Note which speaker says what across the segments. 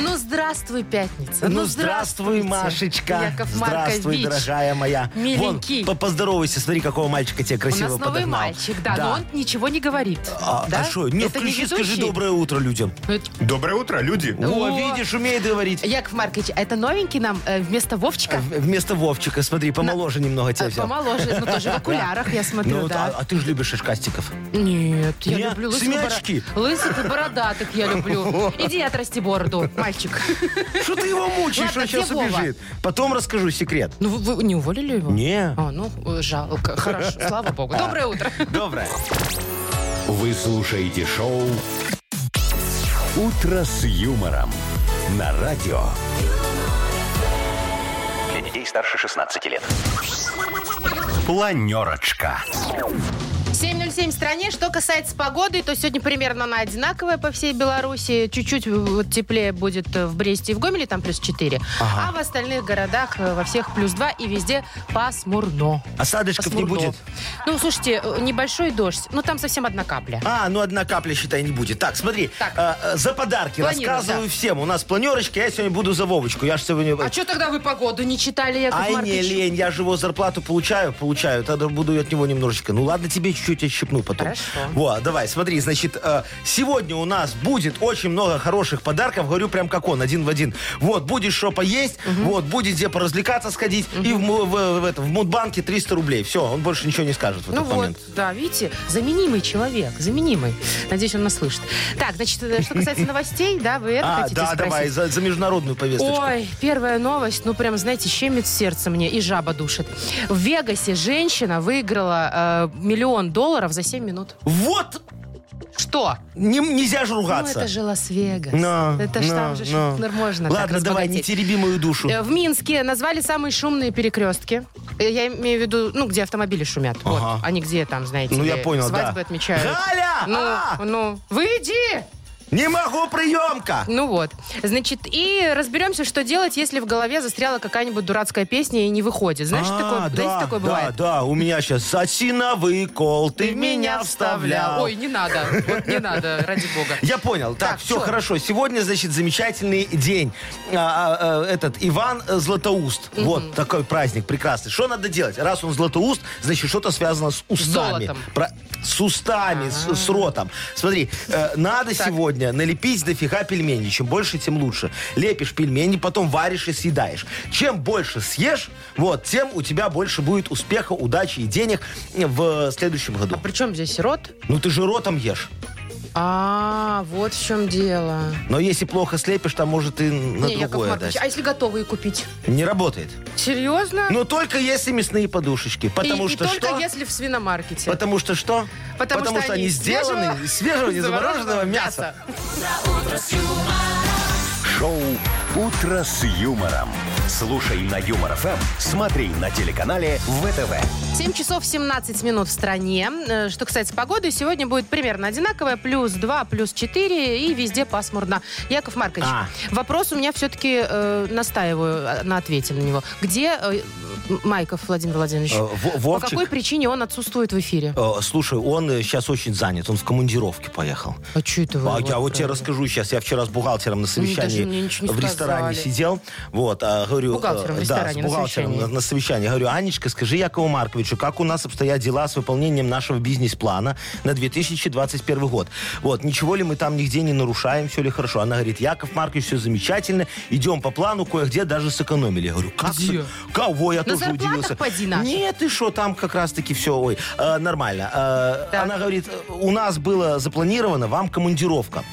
Speaker 1: Ну, здравствуй, пятница.
Speaker 2: Ну, здравствуй,
Speaker 1: здравствуйте,
Speaker 2: Машечка.
Speaker 1: Яков
Speaker 2: здравствуй,
Speaker 1: Маркович.
Speaker 2: дорогая моя.
Speaker 1: Миленький.
Speaker 2: Вон, по- поздоровайся, смотри, какого мальчика тебе
Speaker 1: У
Speaker 2: красиво
Speaker 1: нас новый
Speaker 2: подогнал.
Speaker 1: мальчик, да, но он ничего не говорит.
Speaker 2: А
Speaker 1: да?
Speaker 2: а шо? Не,
Speaker 1: Это
Speaker 2: включи, скажи
Speaker 1: ведущий?
Speaker 2: доброе утро людям.
Speaker 1: Ну, это-
Speaker 3: Доброе утро, люди.
Speaker 2: О,
Speaker 1: О.
Speaker 2: видишь, умеет говорить.
Speaker 1: Яков Маркович, а это новенький нам э, вместо
Speaker 2: А
Speaker 1: Вовчика?
Speaker 2: в- Вместо Вовчика, смотри, помоложе немного тебя
Speaker 1: Э,
Speaker 2: взял.
Speaker 1: Помоложе, ну тоже в окулярах, я смотрю,
Speaker 2: Ну, вот, а,
Speaker 1: да.
Speaker 2: а ты же любишь шишкастиков.
Speaker 1: Нет,
Speaker 2: Не,
Speaker 1: я люблю лысых и
Speaker 2: смячки.
Speaker 1: бора- лысых и бородатых я люблю. Иди отрасти бороду, мальчик.
Speaker 2: Что ты его мучаешь,
Speaker 1: Ладно,
Speaker 2: он сейчас
Speaker 1: где Вова?
Speaker 2: убежит. Потом расскажу секрет.
Speaker 1: Ну, вы, вы не уволили его?
Speaker 2: Не. А.
Speaker 1: А, ну, э, жалко. Хорошо, слава богу. Доброе утро.
Speaker 2: Доброе.
Speaker 4: Вы слушаете шоу «Утро с юмором» на радио. Для детей старше 16 лет. Планерочка.
Speaker 1: 7.07 в стране. Что касается погоды, то сегодня примерно она одинаковая по всей Беларуси. Чуть-чуть э, вот теплее будет э, в Бресте и в Гомеле, там плюс 4. А в остальных городах э, во всех плюс 2 и везде пасмурно.
Speaker 2: Осадочков не
Speaker 1: Пасмурно.
Speaker 2: будет?
Speaker 1: Ну, слушайте, э, небольшой дождь. Ну, там совсем одна капля.
Speaker 2: А, ну одна капля, считай, не будет. Так, смотри,
Speaker 1: Так.
Speaker 2: э, э, за подарки
Speaker 1: Планируй,
Speaker 2: рассказываю всем. У нас планерочка, я сегодня буду за Вовочку. Я же сегодня...
Speaker 1: А что тогда вы погоду не читали, Яков
Speaker 2: Ай, не
Speaker 1: Маркович?
Speaker 2: лень, я же его зарплату получаю, получаю, тогда буду от него немножечко. Ну ладно, тебе чуть-чуть отщипну потом.
Speaker 1: Хорошо.
Speaker 2: Во, давай, смотри, значит, э, сегодня у нас будет очень много хороших подарков, говорю прям как он, один в один. Вот, будет что поесть, вот, будет где поразвлекаться сходить, и в, му- в- в это, в Мудбанке 300 рублей. Все, он больше ничего не скажет в
Speaker 1: Ну
Speaker 2: этот
Speaker 1: вот,
Speaker 2: момент.
Speaker 1: да, видите, заменимый человек, заменимый. Надеюсь, он нас слышит. Так, значит, э, что касается новостей, да, вы это
Speaker 2: А,
Speaker 1: хотите
Speaker 2: да,
Speaker 1: спросить?
Speaker 2: давай, за, за международную повесточку.
Speaker 1: Ой, первая новость, ну прям, знаете, щемит сердце мне и жаба душит. В Вегасе женщина выиграла э, миллион долларов за 7 минут.
Speaker 2: Вот,
Speaker 1: Что?
Speaker 2: не- нельзя же ругаться.
Speaker 1: Ну это же Лас-Вегас.
Speaker 2: Но,
Speaker 1: это ж
Speaker 2: но,
Speaker 1: там же ж
Speaker 2: но.
Speaker 1: можно так
Speaker 2: Ладно, давай, не
Speaker 1: разбогатеть.
Speaker 2: тереби мою душу.
Speaker 1: Э, В Минске назвали самые шумные перекрестки. Э, Я имею в виду, ну, где автомобили шумят. Вот. Они где там, знаете,
Speaker 2: Ну, я
Speaker 1: ли,
Speaker 2: понял,
Speaker 1: э, свадьбы
Speaker 2: да.
Speaker 1: отмечают.
Speaker 2: Галя!
Speaker 1: Ну,
Speaker 2: А!
Speaker 1: ну, выйди!
Speaker 2: Не могу, приемка!
Speaker 1: Ну вот. Значит, и разберемся, что делать, если в голове застряла какая-нибудь дурацкая песня и не выходит. Знаешь,
Speaker 2: А,
Speaker 1: такое,
Speaker 2: да,
Speaker 1: знаете, такое
Speaker 2: да,
Speaker 1: бывает?
Speaker 2: Да, у меня сейчас осиновый кол, ты в меня вставлял.
Speaker 1: Ой, не надо. Вот не надо, ради бога.
Speaker 2: Я понял. Так,
Speaker 1: Так,
Speaker 2: все
Speaker 1: всё.
Speaker 2: хорошо. Сегодня, значит, замечательный день. А, а, а, этот Иван э, Златоуст. Вот такой праздник прекрасный. Что надо делать? Раз он Златоуст, значит, что-то связано с устами.
Speaker 1: золотом. А.
Speaker 2: Про- С устами, с, с ротом. Смотри, э, надо сегодня налепить дофига пельменей. Чем больше, тем лучше. Лепишь пельмени, потом варишь и съедаешь. Чем больше съешь, вот, тем у тебя больше будет успеха, удачи и денег в следующем году.
Speaker 1: А при чем здесь рот?
Speaker 2: Ну ты же ротом ешь.
Speaker 1: А, вот в чем дело.
Speaker 2: Но если плохо слепишь, там может и на
Speaker 1: не, Яков
Speaker 2: другое
Speaker 1: Маркович,
Speaker 2: дать.
Speaker 1: а если готовые купить?
Speaker 2: Не работает.
Speaker 1: Серьезно?
Speaker 2: Но только если мясные подушечки. Ну, Потому
Speaker 1: и,
Speaker 2: что
Speaker 1: и только
Speaker 2: что?
Speaker 1: если в свиномаркете.
Speaker 2: Потому что что?
Speaker 1: Потому что
Speaker 2: они,
Speaker 1: они
Speaker 2: сделаны из свежего незамороженного мяса.
Speaker 4: Шоу «Утро с юмором». Слушай на Юмор ФМ, смотри на телеканале ВТВ.
Speaker 1: 7 часов 17 минут в стране. Э, Что касается погоды, сегодня будет примерно одинаковая. Плюс 2, плюс 4 и везде пасмурно. Яков Маркович,
Speaker 2: А.
Speaker 1: вопрос у меня все-таки э, настаиваю э, на ответе на него. Где э, М- Майков Владимир Владимирович?
Speaker 2: Э, Во-
Speaker 1: По
Speaker 2: Вовчик,
Speaker 1: какой причине он отсутствует в эфире?
Speaker 2: э, слушай, он сейчас очень занят. Он в командировке поехал.
Speaker 1: А что это вы? э,
Speaker 2: А
Speaker 1: его
Speaker 2: я вот
Speaker 1: отправили?
Speaker 2: тебе
Speaker 1: Ну,
Speaker 2: расскажу сейчас. Я вчера с бухгалтером на совещании
Speaker 1: даже мне ничего не
Speaker 2: в ресторане
Speaker 1: сказали.
Speaker 2: сидел. Вот, а, говорю,
Speaker 1: Бухгалтером в
Speaker 2: э, да, с
Speaker 1: ресторане на
Speaker 2: бухгалтером
Speaker 1: совещании.
Speaker 2: на, на совещании. Говорю, Анечка, скажи Якову Марковичу, как у нас обстоят дела с выполнением нашего бизнес-плана на 2021 год? Вот, ничего ли мы там нигде не нарушаем, все ли хорошо? Она говорит, Яков Маркович, все замечательно, идем по плану, кое-где даже сэкономили. Я говорю, как?
Speaker 1: Где?
Speaker 2: сэ- Кого? Я
Speaker 1: На
Speaker 2: тоже
Speaker 1: зарплатах
Speaker 2: удивился.
Speaker 1: поди наших.
Speaker 2: Нет, «Э, ты что, там как раз-таки все, ой, э, нормально. Э,
Speaker 1: Так.
Speaker 2: она говорит, у нас было запланировано вам командировка.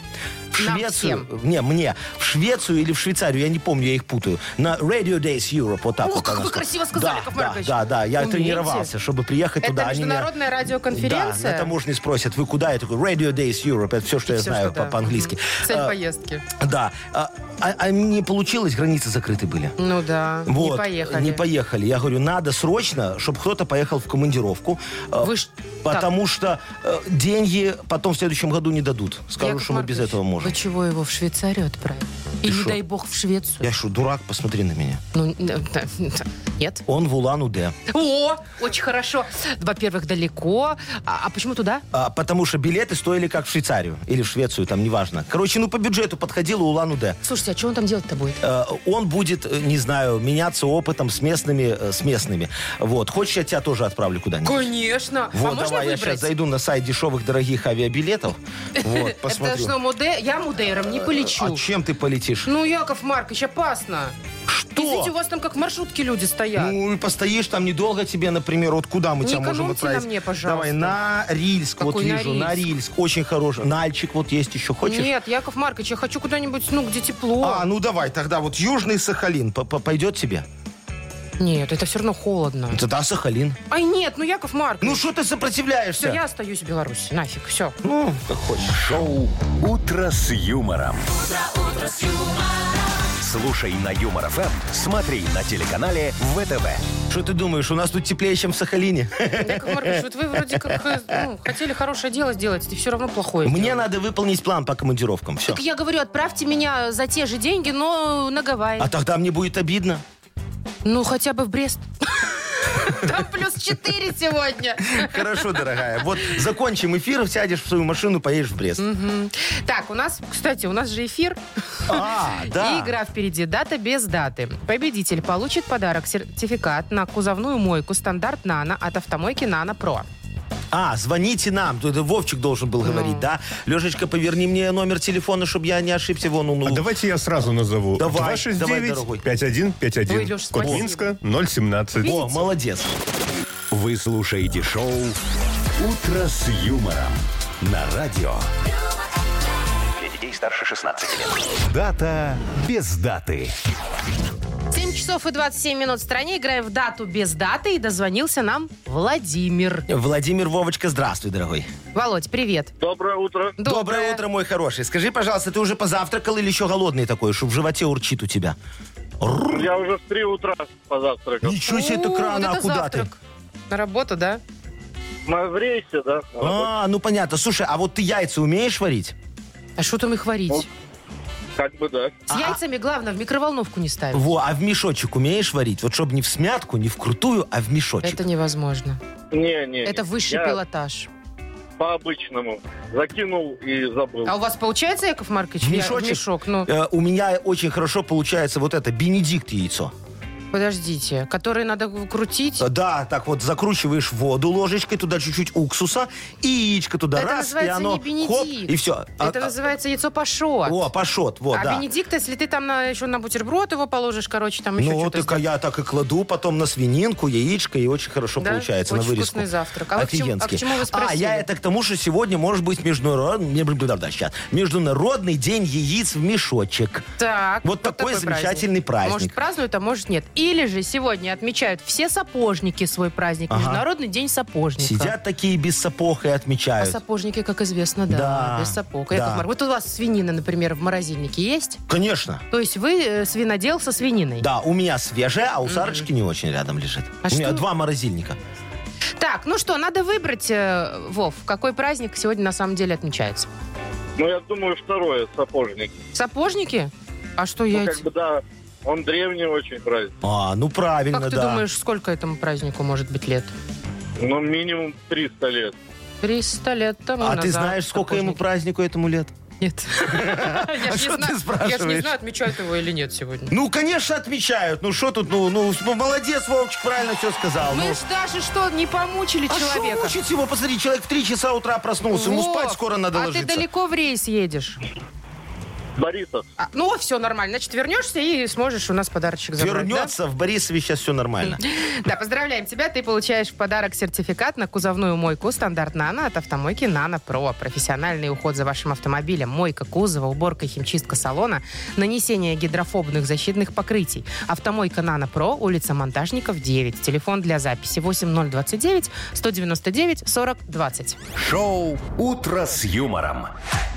Speaker 2: В
Speaker 1: Нам
Speaker 2: Швецию, не, мне, в Швецию или в Швейцарию, я не помню, я их путаю, на Radio Days Europe, вот так
Speaker 1: Ух,
Speaker 2: вот.
Speaker 1: как
Speaker 2: она
Speaker 1: вы
Speaker 2: сказала.
Speaker 1: красиво сказали,
Speaker 2: да,
Speaker 1: Яков
Speaker 2: да,
Speaker 1: Маркович.
Speaker 2: да, да, я
Speaker 1: Умеете.
Speaker 2: тренировался, чтобы приехать
Speaker 1: Это
Speaker 2: туда. они меня-
Speaker 1: международная радиоконференция?
Speaker 2: Да, на таможне спросят, вы куда? Я такой, Radio Days Europe, это все, что я
Speaker 1: Всё,
Speaker 2: знаю
Speaker 1: что да.
Speaker 2: по- Э, английски
Speaker 1: Мгм. Цель поездки.
Speaker 2: Да, а, а- а не получилось, границы закрыты были.
Speaker 1: Ну да,
Speaker 2: Вот,
Speaker 1: не поехали.
Speaker 2: Не поехали. Я говорю, надо срочно, чтобы кто-то поехал в командировку. э,
Speaker 1: Вы ж-
Speaker 2: Потому что э, деньги потом в следующем году не дадут. Скажу,
Speaker 1: Яков
Speaker 2: что мы без
Speaker 1: Маркович,
Speaker 2: этого мужа.
Speaker 1: Вы чего его в Швейцарию отправили? И не
Speaker 2: шо?
Speaker 1: дай бог в Швецию.
Speaker 2: Я что, дурак? Посмотри на меня.
Speaker 1: Ну, да, да, да. нет.
Speaker 2: Он в Улан-Удэ.
Speaker 1: О, очень хорошо. Во-первых, далеко. А, а почему туда?
Speaker 2: А, потому что билеты стоили как в Швейцарию или в Швецию, там неважно. Короче, ну по бюджету подходила Улан-Удэ.
Speaker 1: Слушайте, а что он там делать-то будет?
Speaker 2: Э, Он будет, э, не знаю, меняться опытом с местными, э, с местными. Вот. Хочешь, я тебя тоже отправлю куда-нибудь?
Speaker 1: Конечно.
Speaker 2: Вот,
Speaker 1: а можно
Speaker 2: давай, я сейчас
Speaker 1: выбрать?
Speaker 2: зайду на сайт дешевых дорогих авиабилетов. Вот,
Speaker 1: Это
Speaker 2: посмотрю.
Speaker 1: что, Муде- я мудейром не полечу.
Speaker 2: А чем ты полетишь?
Speaker 1: Ну, Яков Маркович, опасно. Извините, у
Speaker 2: Что?
Speaker 1: вас там как маршрутки люди стоят.
Speaker 2: Ну, и постоишь там недолго тебе, например, вот куда мы
Speaker 1: Не
Speaker 2: тебя можем
Speaker 1: экономьте на
Speaker 2: отправить?
Speaker 1: мне, пожалуйста.
Speaker 2: Давай, на Рильск, вот
Speaker 1: Какой
Speaker 2: вижу, на
Speaker 1: Норильск?
Speaker 2: Рильск, очень хороший. Нальчик вот есть еще, хочешь?
Speaker 1: Нет, Яков Маркович, я хочу куда-нибудь, ну, где тепло.
Speaker 2: А, ну давай, тогда вот Южный Сахалин п- п- пойдет тебе?
Speaker 1: Нет, это все равно холодно.
Speaker 2: Тогда Сахалин.
Speaker 1: Ай, нет, ну, Яков Маркович.
Speaker 2: Ну что ты
Speaker 1: все,
Speaker 2: сопротивляешься?
Speaker 1: я остаюсь в Беларуси. Нафиг, все.
Speaker 2: Ну, как хочешь.
Speaker 4: Шоу «Утро с юмором». Слушай на Юмор ФМ, смотри на телеканале ВТВ.
Speaker 2: Что ты думаешь, у нас тут теплее, чем в Сахалине?
Speaker 1: Яков Маркович, вот вы вроде как э, ну, хотели хорошее дело сделать, и все равно плохое.
Speaker 2: Мне надо выполнить план по командировкам, все.
Speaker 1: Так я говорю, отправьте меня за те же деньги, но на Гавайи.
Speaker 2: А тогда мне будет обидно.
Speaker 1: Ну, хотя бы в Брест. Там плюс 4 сегодня.
Speaker 2: Хорошо, дорогая. Вот закончим эфир, сядешь в свою машину, поедешь в Брест.
Speaker 1: Так, у нас, кстати, у нас же эфир.
Speaker 2: А,
Speaker 1: И
Speaker 2: да.
Speaker 1: игра впереди. Дата без даты. Победитель получит подарок сертификат на кузовную мойку стандарт «Нано» от автомойки «Нано Про».
Speaker 2: А, звоните нам. Тут Вовчик должен был
Speaker 1: Ну.
Speaker 2: говорить, да? Лешечка, поверни мне номер телефона, чтобы я не ошибся. Вон он.
Speaker 3: А
Speaker 2: у-
Speaker 3: давайте я сразу назову.
Speaker 2: Давай, давай, дорогой.
Speaker 3: 269-5151.
Speaker 1: Ой, Лёш,
Speaker 3: Код
Speaker 1: спасибо.
Speaker 3: Минска 017.
Speaker 2: О, молодец.
Speaker 4: Вы слушаете шоу «Утро с юмором» на радио. Для детей старше 16 лет. Дата без даты.
Speaker 1: 7 часов и 27 минут в стране. Играем в дату без даты. И дозвонился нам Владимир.
Speaker 2: Владимир Вовочка, здравствуй, дорогой.
Speaker 1: Володь, привет.
Speaker 5: Доброе утро.
Speaker 2: Доброе. утро, мой хороший. Скажи, пожалуйста, ты уже позавтракал или еще голодный такой, что в животе урчит у тебя?
Speaker 5: Я уже в 3 утра позавтракал.
Speaker 2: Ну, Ничего себе,
Speaker 1: О,
Speaker 2: так рано,
Speaker 1: вот
Speaker 2: а
Speaker 1: это
Speaker 2: куда ты?
Speaker 1: завтрак. На работу, да?
Speaker 5: Мы в рейсе, да?
Speaker 2: А, ну понятно. Слушай, а вот ты яйца умеешь варить?
Speaker 1: А что там их варить?
Speaker 5: Ну, Как бы да.
Speaker 2: А,
Speaker 1: С яйцами, главное, в микроволновку не ставить.
Speaker 2: Во, а в мешочек умеешь варить? Вот чтобы не в смятку, не в крутую, а в мешочек.
Speaker 1: Это невозможно.
Speaker 5: Не, не.
Speaker 1: Это
Speaker 5: не.
Speaker 1: высший
Speaker 5: Я
Speaker 1: пилотаж.
Speaker 5: По-обычному. Закинул и забыл.
Speaker 1: А у вас получается, Яков Маркович?
Speaker 2: В
Speaker 1: Я-
Speaker 2: мешочек?
Speaker 1: мешок, ну,
Speaker 2: Э, у меня очень хорошо получается вот это, бенедикт яйцо.
Speaker 1: подождите. Который надо крутить?
Speaker 2: Э, Да, так вот закручиваешь воду ложечкой, туда чуть-чуть уксуса, и яичко туда
Speaker 1: Это
Speaker 2: раз, и
Speaker 1: называется
Speaker 2: оно
Speaker 1: не бенедикт.
Speaker 2: хоп, и все.
Speaker 1: Это называется яйцо пашот.
Speaker 2: а, О, пашот, вот,
Speaker 1: а
Speaker 2: да.
Speaker 1: Бенедикт, если ты там на, еще на бутерброд его положишь, короче, там еще
Speaker 2: Ну,
Speaker 1: что-то.
Speaker 2: так а я так и кладу потом на свининку, яичко, и очень хорошо
Speaker 1: Да?
Speaker 2: получается
Speaker 1: Очень
Speaker 2: на вырезку.
Speaker 1: вкусный завтрак. А вы к чему- а к
Speaker 2: Офигенский.
Speaker 1: чему вы
Speaker 2: А,
Speaker 1: спросили?
Speaker 2: я это к тому, что сегодня может быть международный, сейчас, международный день яиц в мешочек.
Speaker 1: Так,
Speaker 2: Вот такой замечательный праздник.
Speaker 1: Может, празднуют, а может, нет. Или же сегодня отмечают все сапожники свой праздник.
Speaker 2: Ага.
Speaker 1: Международный день сапожника.
Speaker 2: Сидят такие без сапог и
Speaker 1: А
Speaker 2: отмечают.
Speaker 1: сапожники, как известно, да,
Speaker 2: Э, Да,
Speaker 1: без сапог.
Speaker 2: да.
Speaker 1: Яков Марк, вот у вас свинина, например, в морозильнике есть?
Speaker 2: Конечно.
Speaker 1: То есть вы э, свинодел со свининой?
Speaker 2: Да, у меня свежая, а у Сарочки не очень рядом лежит.
Speaker 1: А
Speaker 2: у меня
Speaker 1: что-
Speaker 2: два морозильника.
Speaker 1: Так, ну что, надо выбрать, э, Вов, какой праздник сегодня на самом деле отмечается.
Speaker 5: Ну, я думаю, второе, сапожник.
Speaker 1: Сапожники? А что
Speaker 5: Ну,
Speaker 1: я...
Speaker 5: как бы да, он древний очень праздник.
Speaker 2: А, ну правильно,
Speaker 1: Как ты
Speaker 2: да.
Speaker 1: думаешь, сколько этому празднику может быть лет?
Speaker 5: Ну, минимум 300 лет.
Speaker 1: 300 лет тому
Speaker 2: а
Speaker 1: ну, назад.
Speaker 2: ты знаешь, сколько ему
Speaker 1: сапожники.
Speaker 2: празднику этому лет?
Speaker 1: Нет. Я ж
Speaker 2: что
Speaker 1: не знаю-
Speaker 2: ты
Speaker 1: Я ж не
Speaker 2: спрашиваешь?
Speaker 1: знаю, отмечают его или нет сегодня.
Speaker 2: Ну, конечно, отмечают. Ну, что тут, ну, ну, ну, молодец, Вовчик, правильно все сказал. ну.
Speaker 1: Мы ж даже что, не помучили
Speaker 2: А что
Speaker 1: человека?
Speaker 2: мучить его? Посмотри, человек в 3 часа утра проснулся. Ему
Speaker 1: Вов,
Speaker 2: спать скоро надо
Speaker 1: А ты
Speaker 2: ложиться.
Speaker 1: далеко в рейс едешь?
Speaker 5: Борисов.
Speaker 1: А, ну, все нормально. Значит, вернешься и сможешь у нас подарочек забрать. да?
Speaker 2: Вернется в Борисове, сейчас все нормально.
Speaker 1: Да, поздравляем тебя. Ты получаешь в подарок сертификат на кузовную мойку «Стандарт Нано» от автомойки «Нано Про». Профессиональный уход за вашим автомобилем, мойка кузова, уборка и химчистка салона, нанесение гидрофобных защитных покрытий. Автомойка «Нано Про», улица Монтажников, 9. Телефон для записи 8029-199-4020.
Speaker 4: Шоу «Утро с юмором».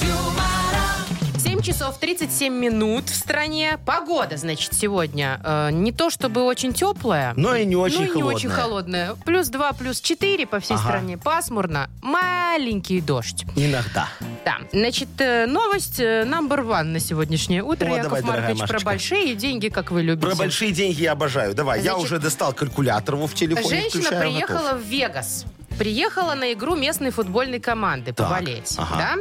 Speaker 1: 7 7 часов 37 минут в стране. Погода, значит, сегодня э, не то чтобы очень теплая.
Speaker 2: Но и не очень
Speaker 1: ну, и
Speaker 2: холодно.
Speaker 1: не очень холодная. Плюс 2, плюс 4 по всей
Speaker 2: Ага.
Speaker 1: стране. Пасмурно. Маленький дождь.
Speaker 2: Иногда.
Speaker 1: Да. Значит, э, новость э, number one на сегодняшнее утро.
Speaker 2: О,
Speaker 1: Яков
Speaker 2: давай, дорогая
Speaker 1: Маркович, про
Speaker 2: Машечка.
Speaker 1: большие деньги, как вы любите.
Speaker 2: Про большие деньги я обожаю. Давай, я
Speaker 1: Значит,
Speaker 2: уже достал калькулятор во в телефоне.
Speaker 1: Женщина
Speaker 2: включаю, готов.
Speaker 1: приехала в Вегас. Приехала на игру местной футбольной команды
Speaker 2: Так,
Speaker 1: поболеть.
Speaker 2: ага.
Speaker 1: Да?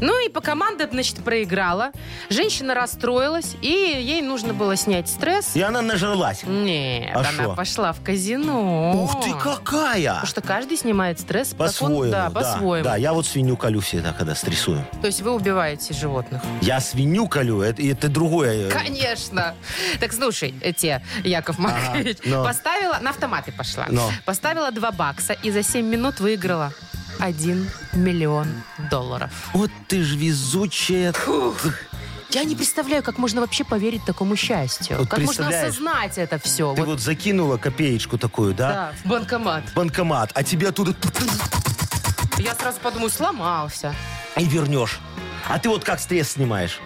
Speaker 1: Ну и по команда, значит, проиграла. Женщина расстроилась, и ей нужно было снять стресс.
Speaker 2: И она нажралась.
Speaker 1: Нет,
Speaker 2: А
Speaker 1: она
Speaker 2: шо?
Speaker 1: пошла в казино.
Speaker 2: Ух ты, какая!
Speaker 1: Потому что каждый снимает стресс как он-
Speaker 2: По-своему,
Speaker 1: да,
Speaker 2: да,
Speaker 1: по-своему.
Speaker 2: Да, я вот свинью колю всегда, когда стрессую.
Speaker 1: То есть вы убиваете животных.
Speaker 2: Я свинью колю, это, это другое. э,
Speaker 1: Конечно. Так слушай, э, те, Яков Маркович,
Speaker 2: но.
Speaker 1: поставила, на автоматы пошла.
Speaker 2: Но.
Speaker 1: Поставила 2 бакса и за 7 минут выиграла 1 миллион долларов.
Speaker 2: Вот ты ж везучая.
Speaker 1: Я не представляю, как можно вообще поверить такому счастью.
Speaker 2: Вот
Speaker 1: как можно
Speaker 2: представляешь,
Speaker 1: осознать это все.
Speaker 2: Ты вот закинула копеечку такую, да?
Speaker 1: да, в банкомат.
Speaker 2: в Банкомат, а тебе оттуда
Speaker 1: Я сразу подумаю, сломался.
Speaker 2: и вернешь. А ты вот как стресс снимаешь?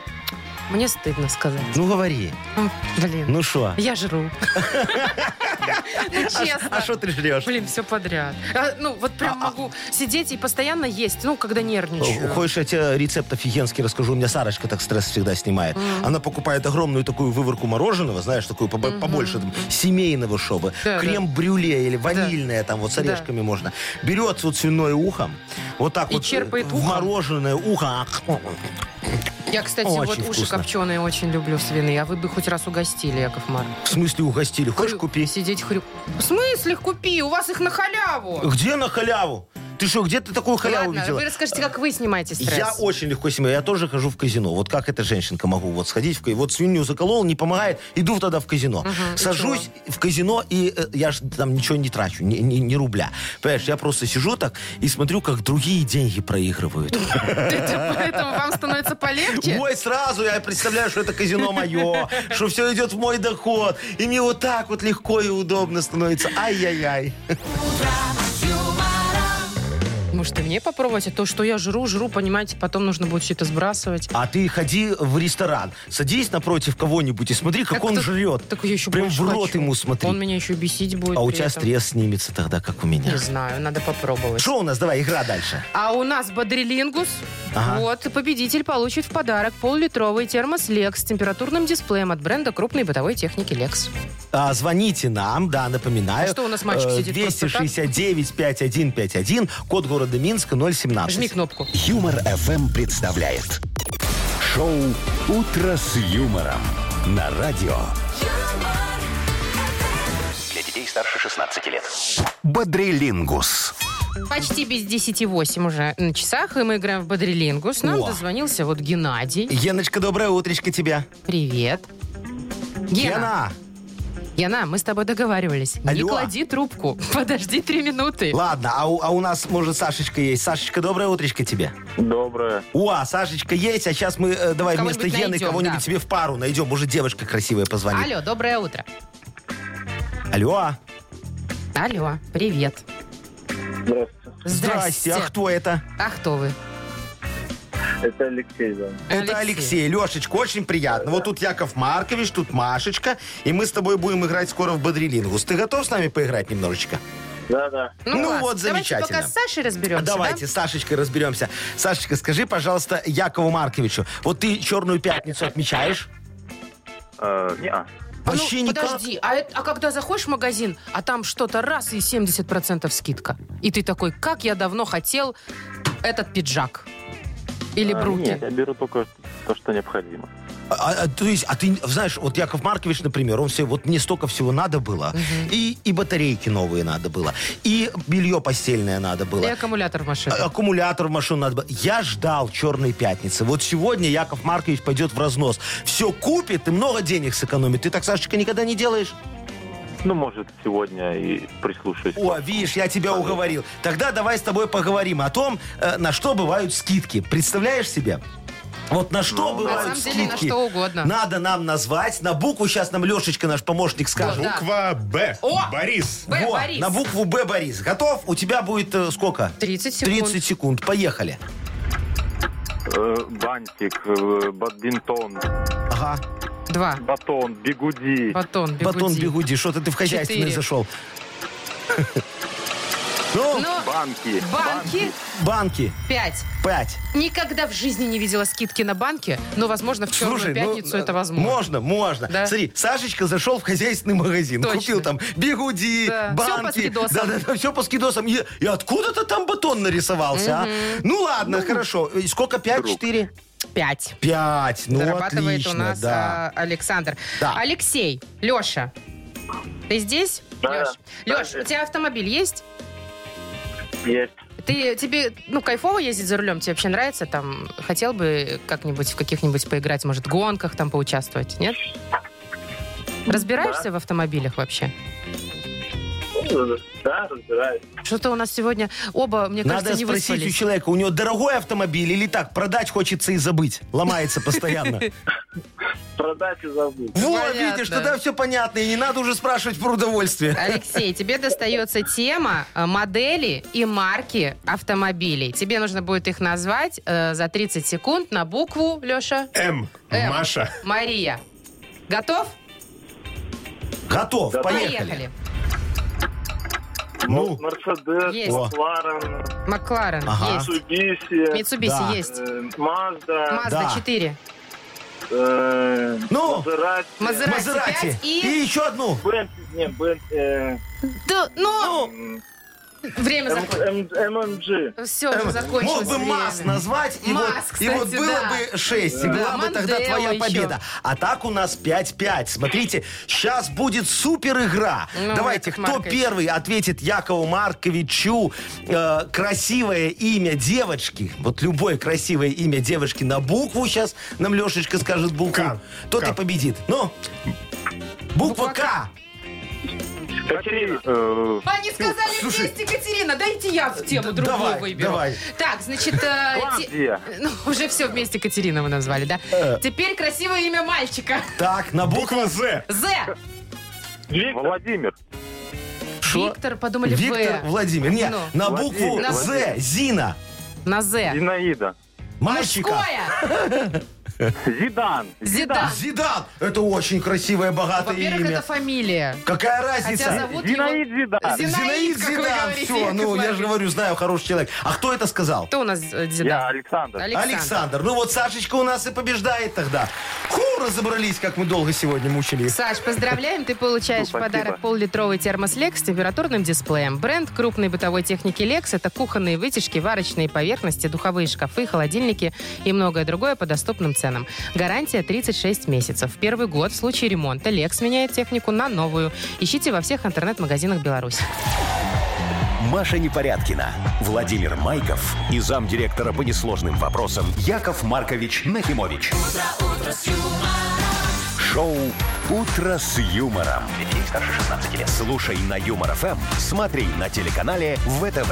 Speaker 1: Мне стыдно сказать.
Speaker 2: Ну говори.
Speaker 1: М, Блин,
Speaker 2: Ну что?
Speaker 1: я жру. Ну,
Speaker 2: А
Speaker 1: Честно.
Speaker 2: что ты жрешь?
Speaker 1: Блин, все подряд. А, ну, вот прям могу сидеть и постоянно есть, ну, когда нервничаю.
Speaker 2: Хочешь, Э, я тебе рецепт офигенский расскажу. У меня Сарочка так стресс всегда снимает. Она покупает огромную такую выворку мороженого, знаешь, такую побо- побольше, там, семейного шоба.
Speaker 1: Да, да.
Speaker 2: Крем-брюле или ванильное там, вот с орешками можно. Берет вот свиное ухо, вот так
Speaker 1: И
Speaker 2: вот э,
Speaker 1: черпает
Speaker 2: в
Speaker 1: ухом?
Speaker 2: мороженое ухо.
Speaker 1: Я, кстати,
Speaker 2: Очень
Speaker 1: вот уши
Speaker 2: вкусно.
Speaker 1: копченые очень люблю свиные. А вы бы хоть раз угостили, Яков Марк.
Speaker 2: В смысле угостили? Хочешь купи?
Speaker 1: Сидеть хрю. В смысле купи? У вас их на халяву.
Speaker 2: Где на халяву? Ты что, где ты такую халяву
Speaker 1: Ладно,
Speaker 2: видела?
Speaker 1: вы расскажите, как вы снимаете стресс.
Speaker 2: Я очень легко снимаю. Я тоже хожу в казино. Вот как эта женщинка могу вот сходить в казино. Вот свинью заколол, не помогает, иду тогда в казино. Сажусь в казино, и э, я ж там ничего не трачу, ни, ни- ни рубля. Понимаешь, я просто сижу так и смотрю, как другие деньги проигрывают.
Speaker 1: Это Поэтому вам становится полегче?
Speaker 2: Мой сразу, я представляю, что это казино мое, что все идет в мой доход. И мне вот так вот легко и удобно становится. Ай-яй-яй.
Speaker 1: Может, и мне попробовать? А то, что я жру, жру, понимаете, потом нужно будет все это сбрасывать.
Speaker 2: А ты ходи в ресторан, садись напротив кого-нибудь и смотри, как
Speaker 1: Так
Speaker 2: он
Speaker 1: кто-
Speaker 2: жрет.
Speaker 1: Так я еще
Speaker 2: Прям
Speaker 1: больше
Speaker 2: в рот
Speaker 1: хочу.
Speaker 2: ему смотри.
Speaker 1: Он меня еще бесить будет.
Speaker 2: А у
Speaker 1: при
Speaker 2: тебя
Speaker 1: этом.
Speaker 2: стресс снимется тогда, как у меня.
Speaker 1: Не знаю, надо попробовать.
Speaker 2: Что у нас? Давай, игра дальше.
Speaker 1: А у нас бодрилингус.
Speaker 2: Ага.
Speaker 1: Вот, и победитель получит в подарок пол-литровый термос Lex с температурным дисплеем от бренда крупной бытовой техники Lex.
Speaker 2: А, звоните нам, да, напоминаю.
Speaker 1: А что у нас мальчик
Speaker 2: э,
Speaker 1: сидит просто так?
Speaker 2: 269-5151, код города Минска 017.
Speaker 1: Жми кнопку.
Speaker 4: Юмор FM представляет шоу Утро с юмором на радио.
Speaker 6: Для детей старше 16 лет.
Speaker 4: Бодрилингус.
Speaker 1: Почти без 10.08 уже на часах, и мы играем в бодрилингус. Нам
Speaker 2: О.
Speaker 1: дозвонился вот Геннадий.
Speaker 2: Геночка, доброе утречко тебя.
Speaker 1: Привет. Гена,
Speaker 2: Гена.
Speaker 1: Гена, мы с тобой договаривались. Не
Speaker 2: Алло.
Speaker 1: клади трубку. Подожди три минуты.
Speaker 2: Ладно, а у, а у нас, может, Сашечка есть. Сашечка, доброе утречко тебе.
Speaker 5: Доброе.
Speaker 2: О, Сашечка есть, а сейчас мы э, давай
Speaker 1: Кого-нибудь
Speaker 2: вместо Гены
Speaker 1: найдем,
Speaker 2: кого-нибудь
Speaker 1: да.
Speaker 2: себе в пару найдем. Может, девушка красивая позвонит.
Speaker 1: Алло, доброе утро.
Speaker 2: Алло.
Speaker 1: Алло, привет.
Speaker 5: Здравствуйте.
Speaker 1: Здрасте.
Speaker 2: А кто это?
Speaker 1: А кто вы?
Speaker 5: Это Алексей да.
Speaker 2: Это
Speaker 1: Алексей.
Speaker 2: Алексей. Лешечка, очень приятно. Вот тут Яков Маркович, тут Машечка. И мы с тобой будем играть скоро в Бодрилингус. Ты готов с нами поиграть немножечко?
Speaker 5: Да-да.
Speaker 2: Ну
Speaker 1: класс.
Speaker 2: вот, замечательно.
Speaker 1: Давайте пока с Сашей разберемся,
Speaker 2: Давайте
Speaker 1: да?
Speaker 2: с Сашечкой разберемся. Сашечка, скажи, пожалуйста, Якову Марковичу, вот ты Черную Пятницу отмечаешь?
Speaker 6: не
Speaker 1: А ну,
Speaker 2: Вообще никак.
Speaker 1: подожди, а, это- а когда заходишь в магазин, а там что-то раз и 70% скидка. И ты такой, как я давно хотел этот пиджак. Или бруки.
Speaker 7: А, Нет, я беру только то, что необходимо.
Speaker 2: А, а, то есть, а ты знаешь, вот Яков Маркович, например, он все, вот мне столько всего надо было, и, и батарейки новые надо было, и белье постельное надо было.
Speaker 1: И аккумулятор в машине.
Speaker 2: А- аккумулятор в машину надо. было. Я ждал черной пятницы. Вот сегодня Яков Маркович пойдет в разнос. Все купит и много денег сэкономит. Ты так, Сашечка, никогда не делаешь?
Speaker 7: Ну, может, сегодня и прислушаюсь.
Speaker 2: О, видишь, я тебя уговорил. Тогда давай с тобой поговорим о том, э, на что бывают скидки. Представляешь себе? Вот на что бывают
Speaker 1: самом
Speaker 2: скидки.
Speaker 1: деле, Ну, на что угодно.
Speaker 2: Надо нам назвать. На букву сейчас нам Лешечка, наш помощник, скажет.
Speaker 1: да.
Speaker 3: Буква Б.
Speaker 1: О!
Speaker 3: Борис.
Speaker 1: Б,
Speaker 2: Во,
Speaker 1: Борис.
Speaker 2: На букву Б, Борис. Готов? У тебя будет э, сколько?
Speaker 1: 30 секунд.
Speaker 2: 30 секунд. Поехали.
Speaker 7: Э, бантик, э, бадминтон,
Speaker 2: Ага.
Speaker 1: Два.
Speaker 7: батон, бигуди.
Speaker 1: Батон, бигуди.
Speaker 2: Батон бигуди. Что-то ты в хозяйственный
Speaker 1: Четыре.
Speaker 2: зашел. Ну,
Speaker 1: Ну,
Speaker 7: Банки.
Speaker 1: банки
Speaker 2: банки.
Speaker 1: пять.
Speaker 2: Пять.
Speaker 1: Никогда в жизни не видела скидки на банки, но, возможно, в черную
Speaker 2: Слушай, ну,
Speaker 1: пятницу это возможно.
Speaker 2: Можно, можно.
Speaker 1: Да.
Speaker 2: Смотри, Сашечка зашел в хозяйственный магазин,
Speaker 1: Точно.
Speaker 2: купил там бигуди,
Speaker 1: Да. Всё по
Speaker 2: банки.
Speaker 1: скидосам.
Speaker 2: да, да, да, все по скидосам. И, и откуда-то там батон нарисовался, а? Ну ладно, хорошо. И Сколько? Пять, четыре?
Speaker 1: Пять.
Speaker 2: Пять. Ну,
Speaker 1: Зарабатывает
Speaker 2: отлично,
Speaker 1: у нас
Speaker 2: да.
Speaker 1: а, Александр.
Speaker 2: Да.
Speaker 1: Алексей, Леша, ты здесь?
Speaker 5: Да,
Speaker 1: Леш,
Speaker 5: да,
Speaker 1: Леш,
Speaker 5: здесь.
Speaker 1: у тебя автомобиль есть?
Speaker 5: Есть.
Speaker 1: Ты, тебе, ну, кайфово ездить за рулем? Тебе вообще нравится? Там, хотел бы как-нибудь в каких-нибудь поиграть, может, гонках там поучаствовать, нет? Разбираешься в автомобилях вообще?
Speaker 5: Ну, Да, разбираюсь.
Speaker 1: Что-то у нас сегодня оба, мне
Speaker 2: Надо
Speaker 1: кажется, не
Speaker 2: спросить у
Speaker 1: выспались.
Speaker 2: человека, у него дорогой автомобиль или так, продать хочется и забыть. Ломается постоянно.
Speaker 5: Продать и забыть.
Speaker 2: Вот,
Speaker 1: Понятно.
Speaker 2: видишь, тогда все понятно, и не надо уже спрашивать про удовольствие.
Speaker 1: Алексей, тебе достается тема э, модели и марки автомобилей. Тебе нужно будет их назвать э, за 30 секунд на букву, Леша,
Speaker 3: М.
Speaker 1: М.
Speaker 3: Маша.
Speaker 1: Мария. Готов?
Speaker 2: Готов, поехали.
Speaker 1: Поехали.
Speaker 2: Ну,
Speaker 5: Мерседес,
Speaker 1: Есть.
Speaker 5: Макларен,
Speaker 1: Макларен
Speaker 2: Ага.
Speaker 1: есть.
Speaker 5: Митсубиси,
Speaker 1: Митсубиси
Speaker 2: Да.
Speaker 1: есть.
Speaker 5: э, Мазда,
Speaker 1: Мазда
Speaker 2: Да.
Speaker 1: 4.
Speaker 5: э,
Speaker 2: ну,
Speaker 5: Мазерати,
Speaker 1: Мазерати.
Speaker 2: Мазерати.
Speaker 1: пять и-
Speaker 2: И еще одну.
Speaker 5: Бентли, не, Бентли, э,
Speaker 1: Да, ну,
Speaker 2: Ну, Эм,
Speaker 1: время закончилось.
Speaker 5: М- М- MMG.
Speaker 1: Все, уже закончилось.
Speaker 2: Мог бы
Speaker 1: время.
Speaker 2: масс назвать, и,
Speaker 1: Масс,
Speaker 2: вот, и вот
Speaker 1: кстати,
Speaker 2: было
Speaker 1: да.
Speaker 2: бы 6, и
Speaker 1: Да.
Speaker 2: была бы тогда
Speaker 1: Мандела
Speaker 2: твоя
Speaker 1: еще.
Speaker 2: победа. А так у нас 5-5. Смотрите, сейчас будет супер игра.
Speaker 1: Ну,
Speaker 2: Давайте,
Speaker 1: Яков
Speaker 2: кто
Speaker 1: Маркович.
Speaker 2: первый ответит Якову Марковичу э, красивое имя девочки, вот любое красивое имя девочки на букву сейчас нам Лешечка скажет букву,
Speaker 3: К.
Speaker 2: тот
Speaker 3: К.
Speaker 2: и победит. Ну, буква К.
Speaker 5: Катерина.
Speaker 7: Э,
Speaker 1: Они сказали
Speaker 2: слушай.
Speaker 1: вместе, Екатерина, дайте я в тему другую
Speaker 2: давай,
Speaker 1: выберу.
Speaker 2: давай.
Speaker 1: Так, значит, э, те-
Speaker 7: Клавдия.
Speaker 1: ну, уже все вместе Екатерина вы назвали, да?
Speaker 2: Э.
Speaker 1: Теперь красивое имя мальчика.
Speaker 2: Так, на букву
Speaker 3: Буква З.
Speaker 1: З.
Speaker 7: Владимир.
Speaker 2: Шо?
Speaker 1: Виктор, подумали,
Speaker 2: Виктор
Speaker 1: В.
Speaker 2: Владимир. Нет,
Speaker 1: Ну.
Speaker 2: на
Speaker 7: Владимир,
Speaker 2: букву З.
Speaker 7: Владимир.
Speaker 2: Зина.
Speaker 1: На З.
Speaker 7: Зинаида.
Speaker 2: Мальчика.
Speaker 1: Мужское.
Speaker 7: Зидан.
Speaker 1: Зидан.
Speaker 2: Зидан. Это очень красивое, богатое
Speaker 1: Во-первых,
Speaker 2: имя.
Speaker 1: это фамилия.
Speaker 2: Какая
Speaker 1: Хотя
Speaker 2: разница?
Speaker 1: зовут
Speaker 7: Зинаид
Speaker 1: его...
Speaker 7: Зидан.
Speaker 1: Зин- Зинаид, как вы говорите,
Speaker 2: все,
Speaker 1: Яков
Speaker 2: ну я
Speaker 1: Маркович.
Speaker 2: же говорю, знаю, хороший человек. А кто это сказал?
Speaker 1: Кто у нас э,
Speaker 7: Я
Speaker 1: Зидан?
Speaker 7: Александр.
Speaker 1: Александр.
Speaker 2: Ну вот Сашечка у нас и побеждает тогда. Ху, разобрались, как мы долго сегодня мучились.
Speaker 1: Саш, поздравляем, ты получаешь в
Speaker 7: Ну, спасибо.
Speaker 1: подарок пол-литровый термос Lex с температурным дисплеем. Бренд крупной бытовой техники Lex – это кухонные вытяжки, варочные поверхности, духовые шкафы, холодильники и многое другое по доступным ценам. Гарантия 36 месяцев. В первый год в случае ремонта Lex меняет технику на новую. Ищите во всех интернет-магазинах Беларуси.
Speaker 4: Маша Непорядкина, Владимир Майков и замдиректора по несложным вопросам Яков Маркович Нахимович. Шоу Утро с юмором. Детей старше 16 лет. Слушай на юмор ФМ, смотри на телеканале ВТВ.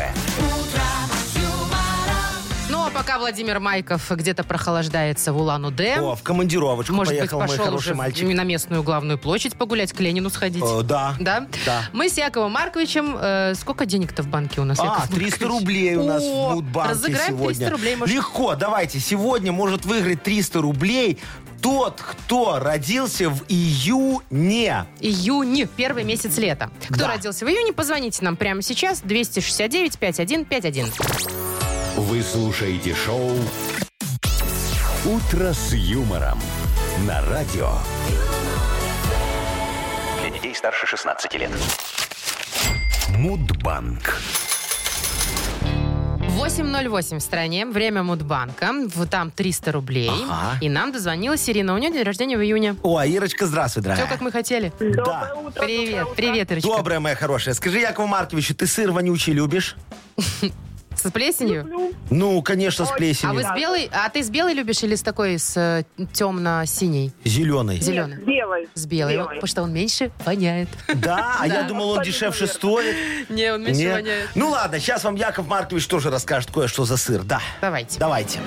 Speaker 1: Ну, а пока Владимир Майков где-то прохолаждается в Улан-Удэ,
Speaker 2: О, в командировочку
Speaker 1: может быть,
Speaker 2: поехал мой
Speaker 1: пошел
Speaker 2: хороший
Speaker 1: уже в-
Speaker 2: мальчик.
Speaker 1: на местную главную площадь погулять, к Ленину сходить.
Speaker 2: Э, да.
Speaker 1: Да?
Speaker 2: Да.
Speaker 1: Мы с Яковом Марковичем... э, сколько денег-то в банке у нас,
Speaker 2: А,
Speaker 1: Яков
Speaker 2: 300
Speaker 1: Маркович?
Speaker 2: рублей у нас
Speaker 1: О,
Speaker 2: в Мудбанке
Speaker 1: разыграем
Speaker 2: сегодня.
Speaker 1: 300 рублей, может.
Speaker 2: Легко, давайте. Сегодня может выиграть 300 рублей тот, кто родился в июне.
Speaker 1: Июнь, первый месяц лета. Кто
Speaker 2: Да.
Speaker 1: родился в июне, позвоните нам прямо сейчас. 269-5151.
Speaker 4: Вы слушаете шоу Утро с юмором на радио.
Speaker 6: Для детей старше 16 лет.
Speaker 4: Мудбанк.
Speaker 1: 8.08 в стране. Время Мудбанка. В- Там 300 рублей.
Speaker 2: Ага.
Speaker 1: И нам дозвонилась Ирина. У нее день рождения в июне.
Speaker 2: О, а Ирочка, здравствуй, дорогая.
Speaker 1: Все, как мы хотели.
Speaker 2: Да.
Speaker 1: Привет, привет, Ирочка.
Speaker 2: Добрая моя хорошая. Скажи, Якову Марковичу, ты сыр вонючий любишь?
Speaker 1: С плесенью?
Speaker 2: Ну, конечно, с
Speaker 1: А вы
Speaker 2: плесенью.
Speaker 1: с белой? А ты с белой любишь или с такой, с э, темно-синей?
Speaker 2: Зеленый.
Speaker 1: Зеленый.
Speaker 8: Белый.
Speaker 1: С белой,
Speaker 8: Белый.
Speaker 1: потому что он меньше воняет.
Speaker 2: Да, а я думал, он дешевше стоит.
Speaker 1: Не, он
Speaker 2: Не. Ну ладно, сейчас вам Яков Маркович тоже расскажет кое-что за сыр. Да.
Speaker 1: Давайте.
Speaker 2: Давайте.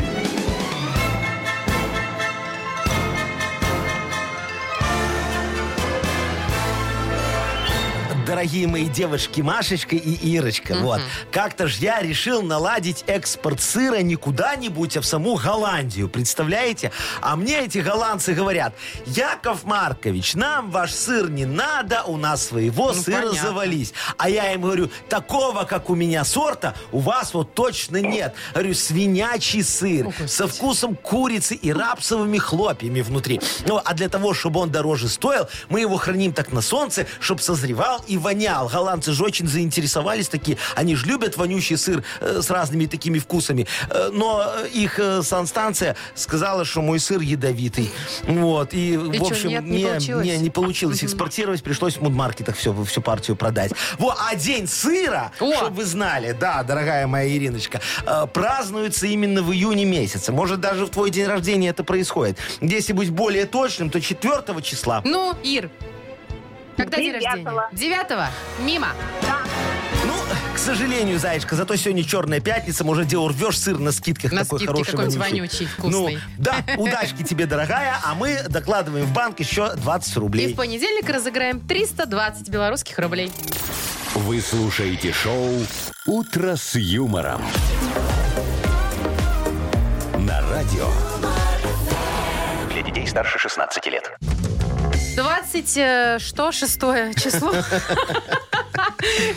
Speaker 2: дорогие мои девушки Машечка и Ирочка, вот, как-то ж я решил наладить экспорт сыра не куда-нибудь, а в саму Голландию, представляете? А мне эти голландцы говорят, Яков Маркович, нам ваш сыр не надо, у нас своего
Speaker 1: Ну,
Speaker 2: сыра
Speaker 1: понятно.
Speaker 2: завались. А я им говорю, такого, как у меня сорта, у вас вот точно нет. Говорю, свинячий сыр со вкусом курицы и рапсовыми хлопьями внутри. Ну, а для того, чтобы он дороже стоил, мы его храним так на солнце, чтобы созревал и вонял. Голландцы же очень заинтересовались такие. Они же любят вонючий сыр э, с разными такими вкусами. Э, но э, их э, санстанция сказала, что мой сыр ядовитый. Вот. И, в
Speaker 1: чё,
Speaker 2: общем,
Speaker 1: нет, не получилось?
Speaker 2: не, не получилось экспортировать, пришлось в мудмаркетах все, всю партию продать. Во, а день сыра,
Speaker 1: О!
Speaker 2: чтобы вы знали, да, дорогая моя Ириночка, э, празднуется именно в июне месяце. Может, даже в твой день рождения это происходит. Если быть более точным, то 4 числа.
Speaker 1: Ну, Ир, когда день рождения?
Speaker 8: Девятого.
Speaker 1: Девятого? Мимо.
Speaker 2: Ну, к сожалению, Зайчка, зато сегодня черная пятница, может, где урвешь сыр на скидках
Speaker 1: На
Speaker 2: такой
Speaker 1: скидке
Speaker 2: хороший.
Speaker 1: какой-нибудь вонючий, вкусный.
Speaker 2: Ну, да, удачки тебе, дорогая, а мы докладываем в банк еще 20
Speaker 1: И в
Speaker 2: рублей.
Speaker 1: понедельник разыграем 320 белорусских рублей.
Speaker 4: Вы слушаете шоу «Утро с юмором». На радио
Speaker 6: Для детей старше 16 лет.
Speaker 1: 20, э, что, шестое число?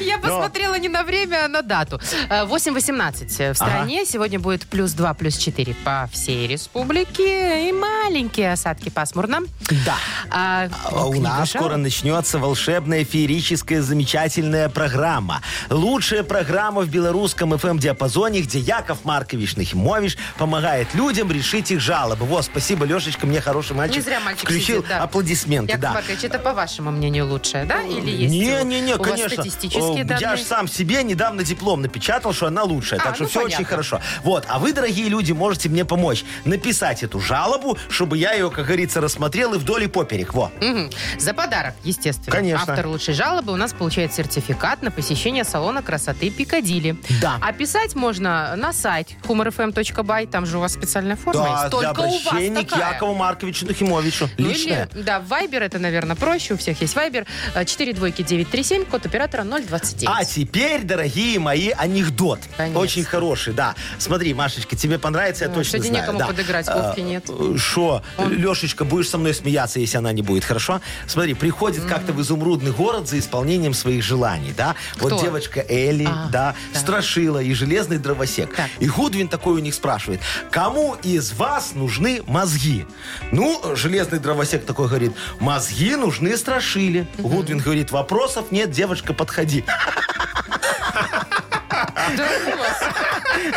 Speaker 1: Я посмотрела не на время, а на дату. Э, 8.18 в стране. Сегодня будет плюс 2, плюс 4 по всей республике. И маленькие осадки пасмурно.
Speaker 2: Да.
Speaker 1: А,
Speaker 2: А у
Speaker 1: книга
Speaker 2: нас
Speaker 1: жалоб?
Speaker 2: скоро начнется волшебная, феерическая, замечательная программа. Лучшая программа в белорусском FM-диапазоне, где Яков Маркович Нахимович помогает людям решить их жалобы. Вот, спасибо, Лешечка, мне хороший мальчик.
Speaker 1: Не Ну, зря мальчик
Speaker 2: Включил
Speaker 1: сидит, да.
Speaker 2: аплодисменты,
Speaker 1: Яков
Speaker 2: да.
Speaker 1: Маркович, это по вашему мнению лучшее, да? Или есть
Speaker 2: Не,
Speaker 1: у-
Speaker 2: не, не,
Speaker 1: у вас
Speaker 2: конечно.
Speaker 1: статистические
Speaker 2: О, Я
Speaker 1: данные?
Speaker 2: же сам себе недавно диплом напечатал, что она лучшая.
Speaker 1: А,
Speaker 2: так что
Speaker 1: ну,
Speaker 2: все
Speaker 1: понятно.
Speaker 2: очень хорошо. Вот, а вы, дорогие люди, можете мне помочь написать эту жалобу, чтобы я ее, как говорится, рассмотрел и вдоль и поперек. Во.
Speaker 1: Мгм. За подарок, естественно.
Speaker 2: Конечно.
Speaker 1: Автор лучшей жалобы у нас получает сертификат на посещение салона красоты Пикадилли.
Speaker 2: Да.
Speaker 1: А писать можно на сайт humorfm.by, там же у вас специальная форма есть.
Speaker 2: для
Speaker 1: Только у вас
Speaker 2: обращения к
Speaker 1: такая.
Speaker 2: Якову Марковичу Нахимовичу.
Speaker 1: Ну
Speaker 2: Личное.
Speaker 1: или, да, в Viber это, наверное, проще, у всех есть Viber. 4 двойки 937, код оператора 029.
Speaker 2: А теперь, дорогие мои, анекдот.
Speaker 1: Конечно.
Speaker 2: Очень хороший, да. Смотри, Машечка, тебе понравится, я
Speaker 1: Ну,
Speaker 2: точно
Speaker 1: сегодня
Speaker 2: знаю.
Speaker 1: некому
Speaker 2: да.
Speaker 1: подыграть,
Speaker 2: А,
Speaker 1: Вовки нет.
Speaker 2: э, Шо, Лешечка, будешь со мной смеяться, если она не будет, хорошо? Смотри, приходит как-то в изумрудный город за исполнением своих желаний, да?
Speaker 1: Кто?
Speaker 2: Вот девочка Элли,
Speaker 1: А,
Speaker 2: да,
Speaker 1: да.
Speaker 2: Страшила и Железный Дровосек.
Speaker 1: Так.
Speaker 2: И Гудвин такой у них спрашивает, кому из вас нужны мозги? Ну, Железный Дровосек такой говорит, мозги нужны Страшиле. Гудвин говорит, вопросов нет, девочка, подходи.
Speaker 1: Да,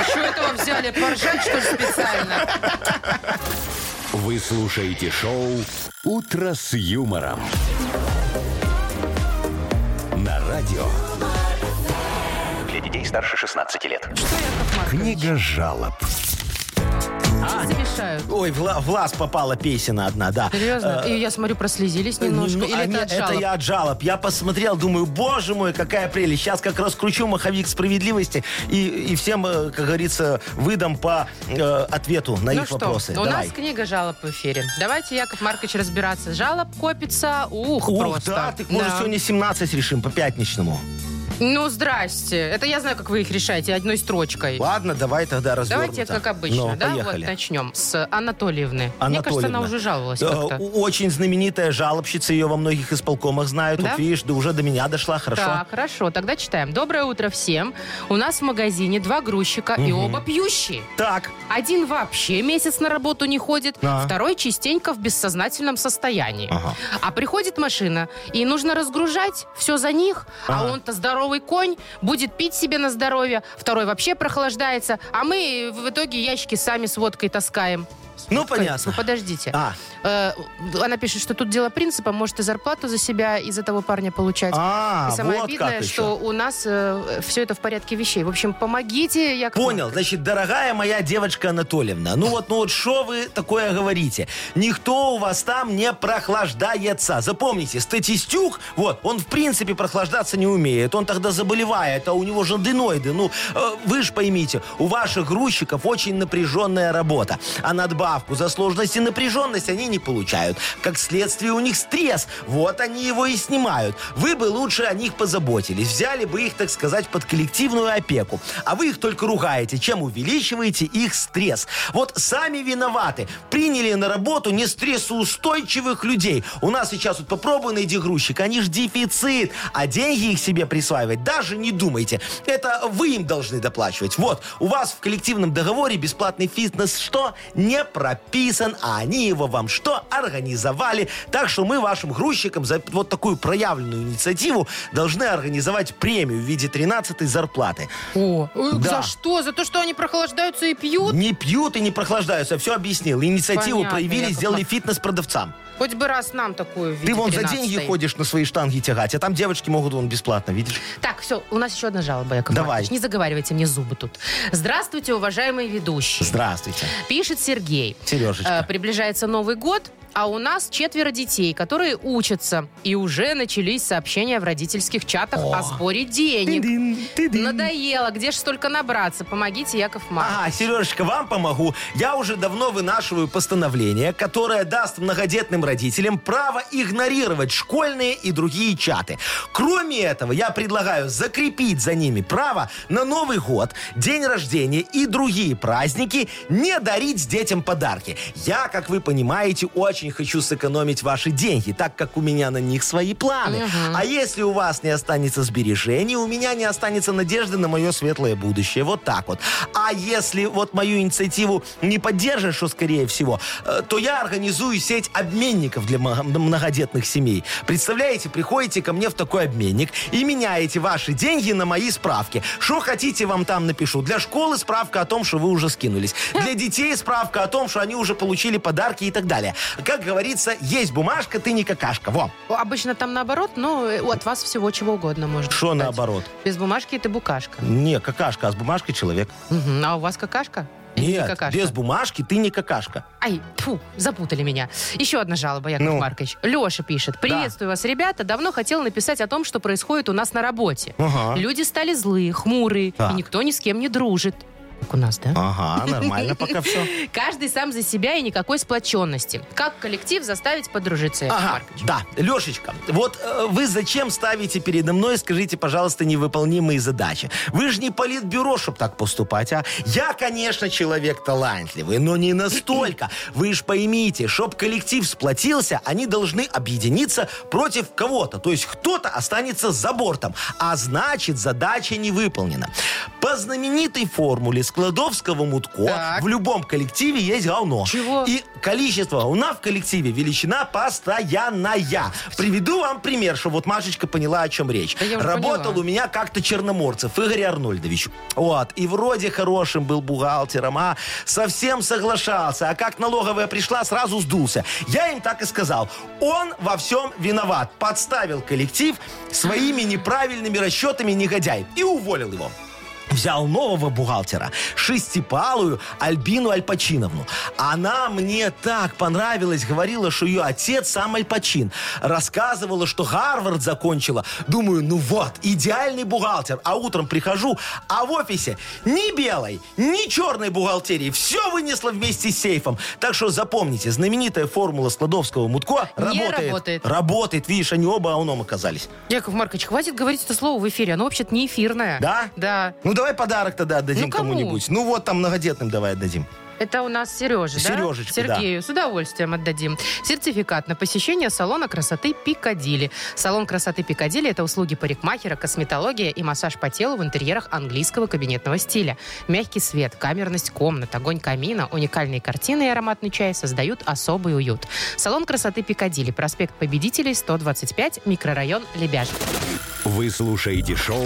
Speaker 1: Что этого взяли? Поржать, что ли, специально?
Speaker 4: вы слушаете шоу «Утро с юмором». На радио
Speaker 6: Для детей старше 16 лет.
Speaker 4: «Книга жалоб».
Speaker 2: А.
Speaker 1: Замешают.
Speaker 2: Ой, в, ла- в лаз попала песня одна, да.
Speaker 1: Серьезно? И я смотрю, прослезились немножко.
Speaker 2: А. Ну,
Speaker 1: Или
Speaker 2: а
Speaker 1: это
Speaker 2: не-
Speaker 1: от жалоб?
Speaker 2: я от жалоб. Я посмотрел, думаю, боже мой, какая прелесть. Сейчас как раскручу маховик справедливости и, и всем, э, как говорится, выдам по э, ответу на
Speaker 1: Ну
Speaker 2: их
Speaker 1: что,
Speaker 2: вопросы.
Speaker 1: у
Speaker 2: Давай.
Speaker 1: нас книга жалоб в эфире. Давайте, Яков Маркович, разбираться. Жалоб копится, ух,
Speaker 2: Ух,
Speaker 1: просто.
Speaker 2: да, так может
Speaker 1: Да.
Speaker 2: сегодня 17 решим по пятничному.
Speaker 1: Ну, здрасте. Это я знаю, как вы их решаете, одной строчкой.
Speaker 2: Ладно, давай тогда развернуто.
Speaker 1: Давайте, как обычно,
Speaker 2: Ну,
Speaker 1: да,
Speaker 2: поехали.
Speaker 1: вот начнем с Анатольевны. Мне
Speaker 2: Анатольевна.
Speaker 1: кажется, она уже жаловалась
Speaker 2: Э,
Speaker 1: как-то.
Speaker 2: о- Очень знаменитая жалобщица, ее во многих исполкомах знают.
Speaker 1: Да?
Speaker 2: Вот видишь, да уже до меня дошла, хорошо.
Speaker 1: Так, хорошо, тогда читаем. Доброе утро всем. У нас в магазине два грузчика и оба пьющие.
Speaker 2: Так,
Speaker 1: Один вообще месяц на работу не ходит,
Speaker 2: Да.
Speaker 1: второй частенько в бессознательном состоянии.
Speaker 2: Ага.
Speaker 1: А приходит машина, и нужно разгружать все за них, а
Speaker 2: Ага.
Speaker 1: он-то здоровый конь, будет пить себе на здоровье, второй вообще прохлаждается, а мы в итоге ящики сами с водкой таскаем.
Speaker 2: ну
Speaker 1: Коль,
Speaker 2: понятно.
Speaker 1: Ну, подождите.
Speaker 2: А,
Speaker 1: Э, она пишет, что тут дело принципа, может и зарплату за себя и за того парня получать.
Speaker 2: а,
Speaker 1: и самое
Speaker 2: вот
Speaker 1: обидное,
Speaker 2: как еще.
Speaker 1: что у нас все это в порядке вещей. В общем, помогите, я
Speaker 2: Понял, значит, дорогая моя девочка Анатольевна, ну вот, ну вот, что вы такое говорите? Никто у вас там не прохлаждается. Запомните, статистюк, вот, он в принципе прохлаждаться не умеет. Он тогда заболевает, а у него жанденоиды. Ну, э, вы же поймите, у ваших грузчиков очень напряженная работа. А над надбавку за сложность и напряженность они не получают. Как следствие, у них стресс. Вот они его и снимают. Вы бы лучше о них позаботились. Взяли бы их, так сказать, под коллективную опеку. А вы их только ругаете, чем увеличиваете их стресс. Вот сами виноваты. Приняли на работу не стрессоустойчивых людей. У нас сейчас вот попробуй найди грузчик. Они ж дефицит. А деньги их себе присваивать даже не думайте. Это вы им должны доплачивать. Вот, у вас в коллективном договоре бесплатный фитнес что? Не прописан, а они его вам что? Организовали. Так что мы вашим грузчикам за вот такую проявленную инициативу должны организовать премию в виде 13 зарплаты.
Speaker 1: О, э,
Speaker 2: Да.
Speaker 1: за что? За то, что они прохлаждаются и пьют?
Speaker 2: Не пьют и не прохлаждаются. Все объяснил. Инициативу
Speaker 1: Понятно,
Speaker 2: проявили,
Speaker 1: Яков
Speaker 2: сделали
Speaker 1: Маркович.
Speaker 2: фитнес продавцам.
Speaker 1: Хоть бы раз нам такую в виде
Speaker 2: Ты вон за
Speaker 1: 13-й.
Speaker 2: деньги ходишь на свои штанги тягать, а там девочки могут вон бесплатно, видишь?
Speaker 1: Так, все, у нас еще одна жалоба, Яков
Speaker 2: Давай.
Speaker 1: Маркович. Не заговаривайте мне зубы тут. Здравствуйте, уважаемый ведущий.
Speaker 2: Здравствуйте.
Speaker 1: Пишет Сергей.
Speaker 2: Сережечка.
Speaker 1: Э, Приближается Новый год, а у нас четверо детей, которые учатся. И уже начались сообщения в родительских чатах о сборе денег. Надоело, где ж столько набраться? Помогите, Яков Маркович.
Speaker 2: Ага, А, Сережечка, вам помогу. Я уже давно вынашиваю постановление, которое даст многодетным родителям право игнорировать школьные и другие чаты. Кроме этого, я предлагаю закрепить за ними право на Новый год, день рождения и другие праздники не дарить детям подарки. Я, как вы понимаете, очень хочу сэкономить ваши деньги, так как у меня на них свои планы. А если у вас не останется сбережений, у меня не останется надежды на мое светлое будущее. Вот так вот. А если вот мою инициативу не поддержишь, что скорее всего, э, то я организую сеть обменников для мно- многодетных семей. Представляете, приходите ко мне в такой обменник и меняете ваши деньги на мои справки. Что хотите, вам там напишу. Для школы справка о том, что вы уже скинулись. Для детей справка о том, что они уже получили подарки и так далее. Как говорится, есть бумажка, ты не какашка. Во.
Speaker 1: Обычно там наоборот, но э, от вас всего чего угодно может.
Speaker 2: Что наоборот?
Speaker 1: Без бумажки это букашка.
Speaker 2: Не, какашка, а с бумажкой человек.
Speaker 1: Мгм. А у вас какашка? Или не
Speaker 2: Нет,
Speaker 1: какашка?
Speaker 2: без бумажки ты не какашка.
Speaker 1: Ай, фу, запутали меня. Еще одна жалоба, Яков
Speaker 2: Ну.
Speaker 1: Маркович. Леша пишет. Приветствую вас, ребята. Давно хотел написать о том, что происходит у нас на работе.
Speaker 2: Ага.
Speaker 1: Люди стали злые, хмурые,
Speaker 2: А? Так. А.
Speaker 1: и никто ни с кем не дружит. Как у нас, да?
Speaker 2: Ага, нормально пока все.
Speaker 1: Каждый сам за себя и никакой сплоченности. Как коллектив заставить подружиться, Яков
Speaker 2: Ага,
Speaker 1: Маркович?
Speaker 2: да. Лешечка, вот э, вы зачем ставите передо мной, скажите, пожалуйста, невыполнимые задачи? Вы же не политбюро, чтобы так поступать, а? Я, конечно, человек талантливый, но не настолько. Вы ж поймите, чтоб коллектив сплотился, они должны объединиться против кого-то. То есть кто-то останется за бортом, а значит, задача не выполнена. По знаменитой формуле Складовского-Мутко
Speaker 1: Так.
Speaker 2: в любом коллективе есть говно.
Speaker 1: Чего?
Speaker 2: И количество у нас в коллективе величина постоянная. Приведу вам пример, чтобы вот Машечка поняла, о чем речь.
Speaker 1: Да я уже
Speaker 2: Работал
Speaker 1: поняла.
Speaker 2: у меня как-то Черноморцев Игорь Арнольдович. Вот. И вроде хорошим был бухгалтером, а совсем соглашался. А как налоговая пришла, сразу сдулся. Я им так и сказал. Он во всем виноват. Подставил коллектив своими неправильными расчетами негодяй. И уволил его. Взял нового бухгалтера, шестипалую Альбину Альпачиновну. Она мне так понравилась, говорила, что ее отец сам Альпачин. Рассказывала, что Гарвард закончила. Думаю, ну вот, идеальный бухгалтер. А утром прихожу, а в офисе ни белой, ни черной бухгалтерии. Все вынесла вместе с сейфом. Так что запомните, знаменитая формула Складовского-Мутко
Speaker 1: Не
Speaker 2: работает.
Speaker 1: работает.
Speaker 2: Работает. Видишь, они оба оном оказались.
Speaker 1: Яков Маркович, хватит говорить это слово в эфире. Оно вообще-то не эфирное.
Speaker 2: Да?
Speaker 1: Да.
Speaker 2: Ну давай подарок тогда отдадим
Speaker 1: Ну, кому?
Speaker 2: кому-нибудь. Ну вот там многодетным давай отдадим.
Speaker 1: Это у нас Сережа, да?
Speaker 2: Сережечка,
Speaker 1: Сергею. С удовольствием отдадим. Сертификат на посещение салона красоты Пикадилли. Салон красоты Пикадилли – это услуги парикмахера, косметология и массаж по телу в интерьерах английского кабинетного стиля. Мягкий свет, камерность комнат, огонь камина, уникальные картины и ароматный чай создают особый уют. Салон красоты Пикадилли, проспект Победителей, 125, микрорайон Лебяжий.
Speaker 4: Вы слушаете шоу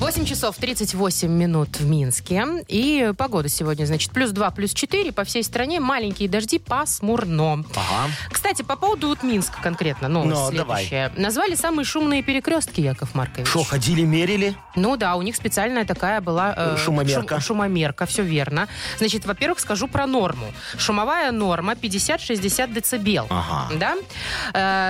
Speaker 1: 8 часов 38 минут в Минске. И погода сегодня, значит, плюс 2, плюс 4 по всей стране. Маленькие дожди пасмурно.
Speaker 2: Ага.
Speaker 1: Кстати, по поводу вот Минска конкретно, новость
Speaker 2: Ну, давай.
Speaker 1: следующая. Назвали самые шумные перекрестки, Яков Маркович.
Speaker 2: Что, ходили, мерили?
Speaker 1: Ну да, у них специальная такая была... э,
Speaker 2: Шумомерка.
Speaker 1: шум- шумомерка, все верно. Значит, во-первых, скажу про норму. Шумовая норма 50-60 децибел.
Speaker 2: Ага.
Speaker 1: Да?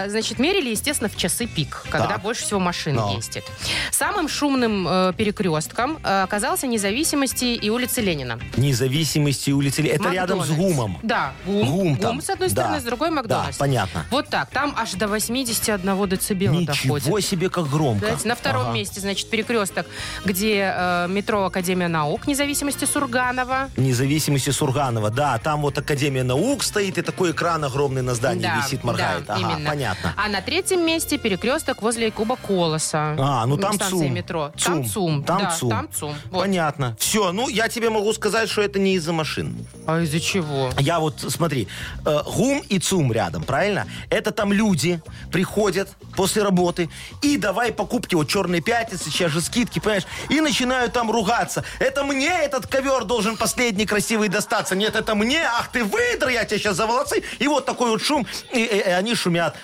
Speaker 1: Э, значит, мерили, естественно, в часы пик, когда
Speaker 2: Так.
Speaker 1: больше всего машин
Speaker 2: Но.
Speaker 1: ездит. Самым шумным э, перекрестком э, оказался независимости и улицы Ленина.
Speaker 2: Независимости улицы. Ле- Это рядом с
Speaker 1: Макдональдс.
Speaker 2: ГУМом.
Speaker 1: Да, ГУМ.
Speaker 2: ГУМ
Speaker 1: ГУМ,
Speaker 2: там.
Speaker 1: с одной
Speaker 2: Да.
Speaker 1: стороны, с другой Макдональдс.
Speaker 2: Да, понятно.
Speaker 1: Вот так. Там аж до 81 децибела
Speaker 2: Ничего
Speaker 1: доходит.
Speaker 2: себе, как громко.
Speaker 1: Знаете, На втором
Speaker 2: Ага.
Speaker 1: месте, значит, перекресток, где э, метро Академия наук независимости Сурганова.
Speaker 2: Независимости Сурганова. Да, там вот Академия наук стоит, и такой экран огромный на здании
Speaker 1: Да,
Speaker 2: висит, моргает.
Speaker 1: да,
Speaker 2: ага,
Speaker 1: именно.
Speaker 2: понятно.
Speaker 1: А на третьем месте перекресток возле Куба Колоса.
Speaker 2: А, ну
Speaker 1: М,
Speaker 2: там
Speaker 1: станция
Speaker 2: ЦУМ.
Speaker 1: метро. Там ЦУМ.
Speaker 2: Там
Speaker 1: да,
Speaker 2: ЦУМ.
Speaker 1: Там ЦУМ. Вот.
Speaker 2: Понятно. Все, ну я тебе могу сказать, что это не из-за машин.
Speaker 1: А из-за чего?
Speaker 2: Я вот, смотри, э, ГУМ и ЦУМ рядом, правильно? Это там люди приходят после работы и давай покупки, вот черные пятницы, сейчас же скидки, понимаешь? И начинают там ругаться. Это мне этот ковер должен последний красивый достаться. Нет, это мне, ах ты выдра, я тебя сейчас за волосы. И вот такой вот шум, и, и- и они шумят.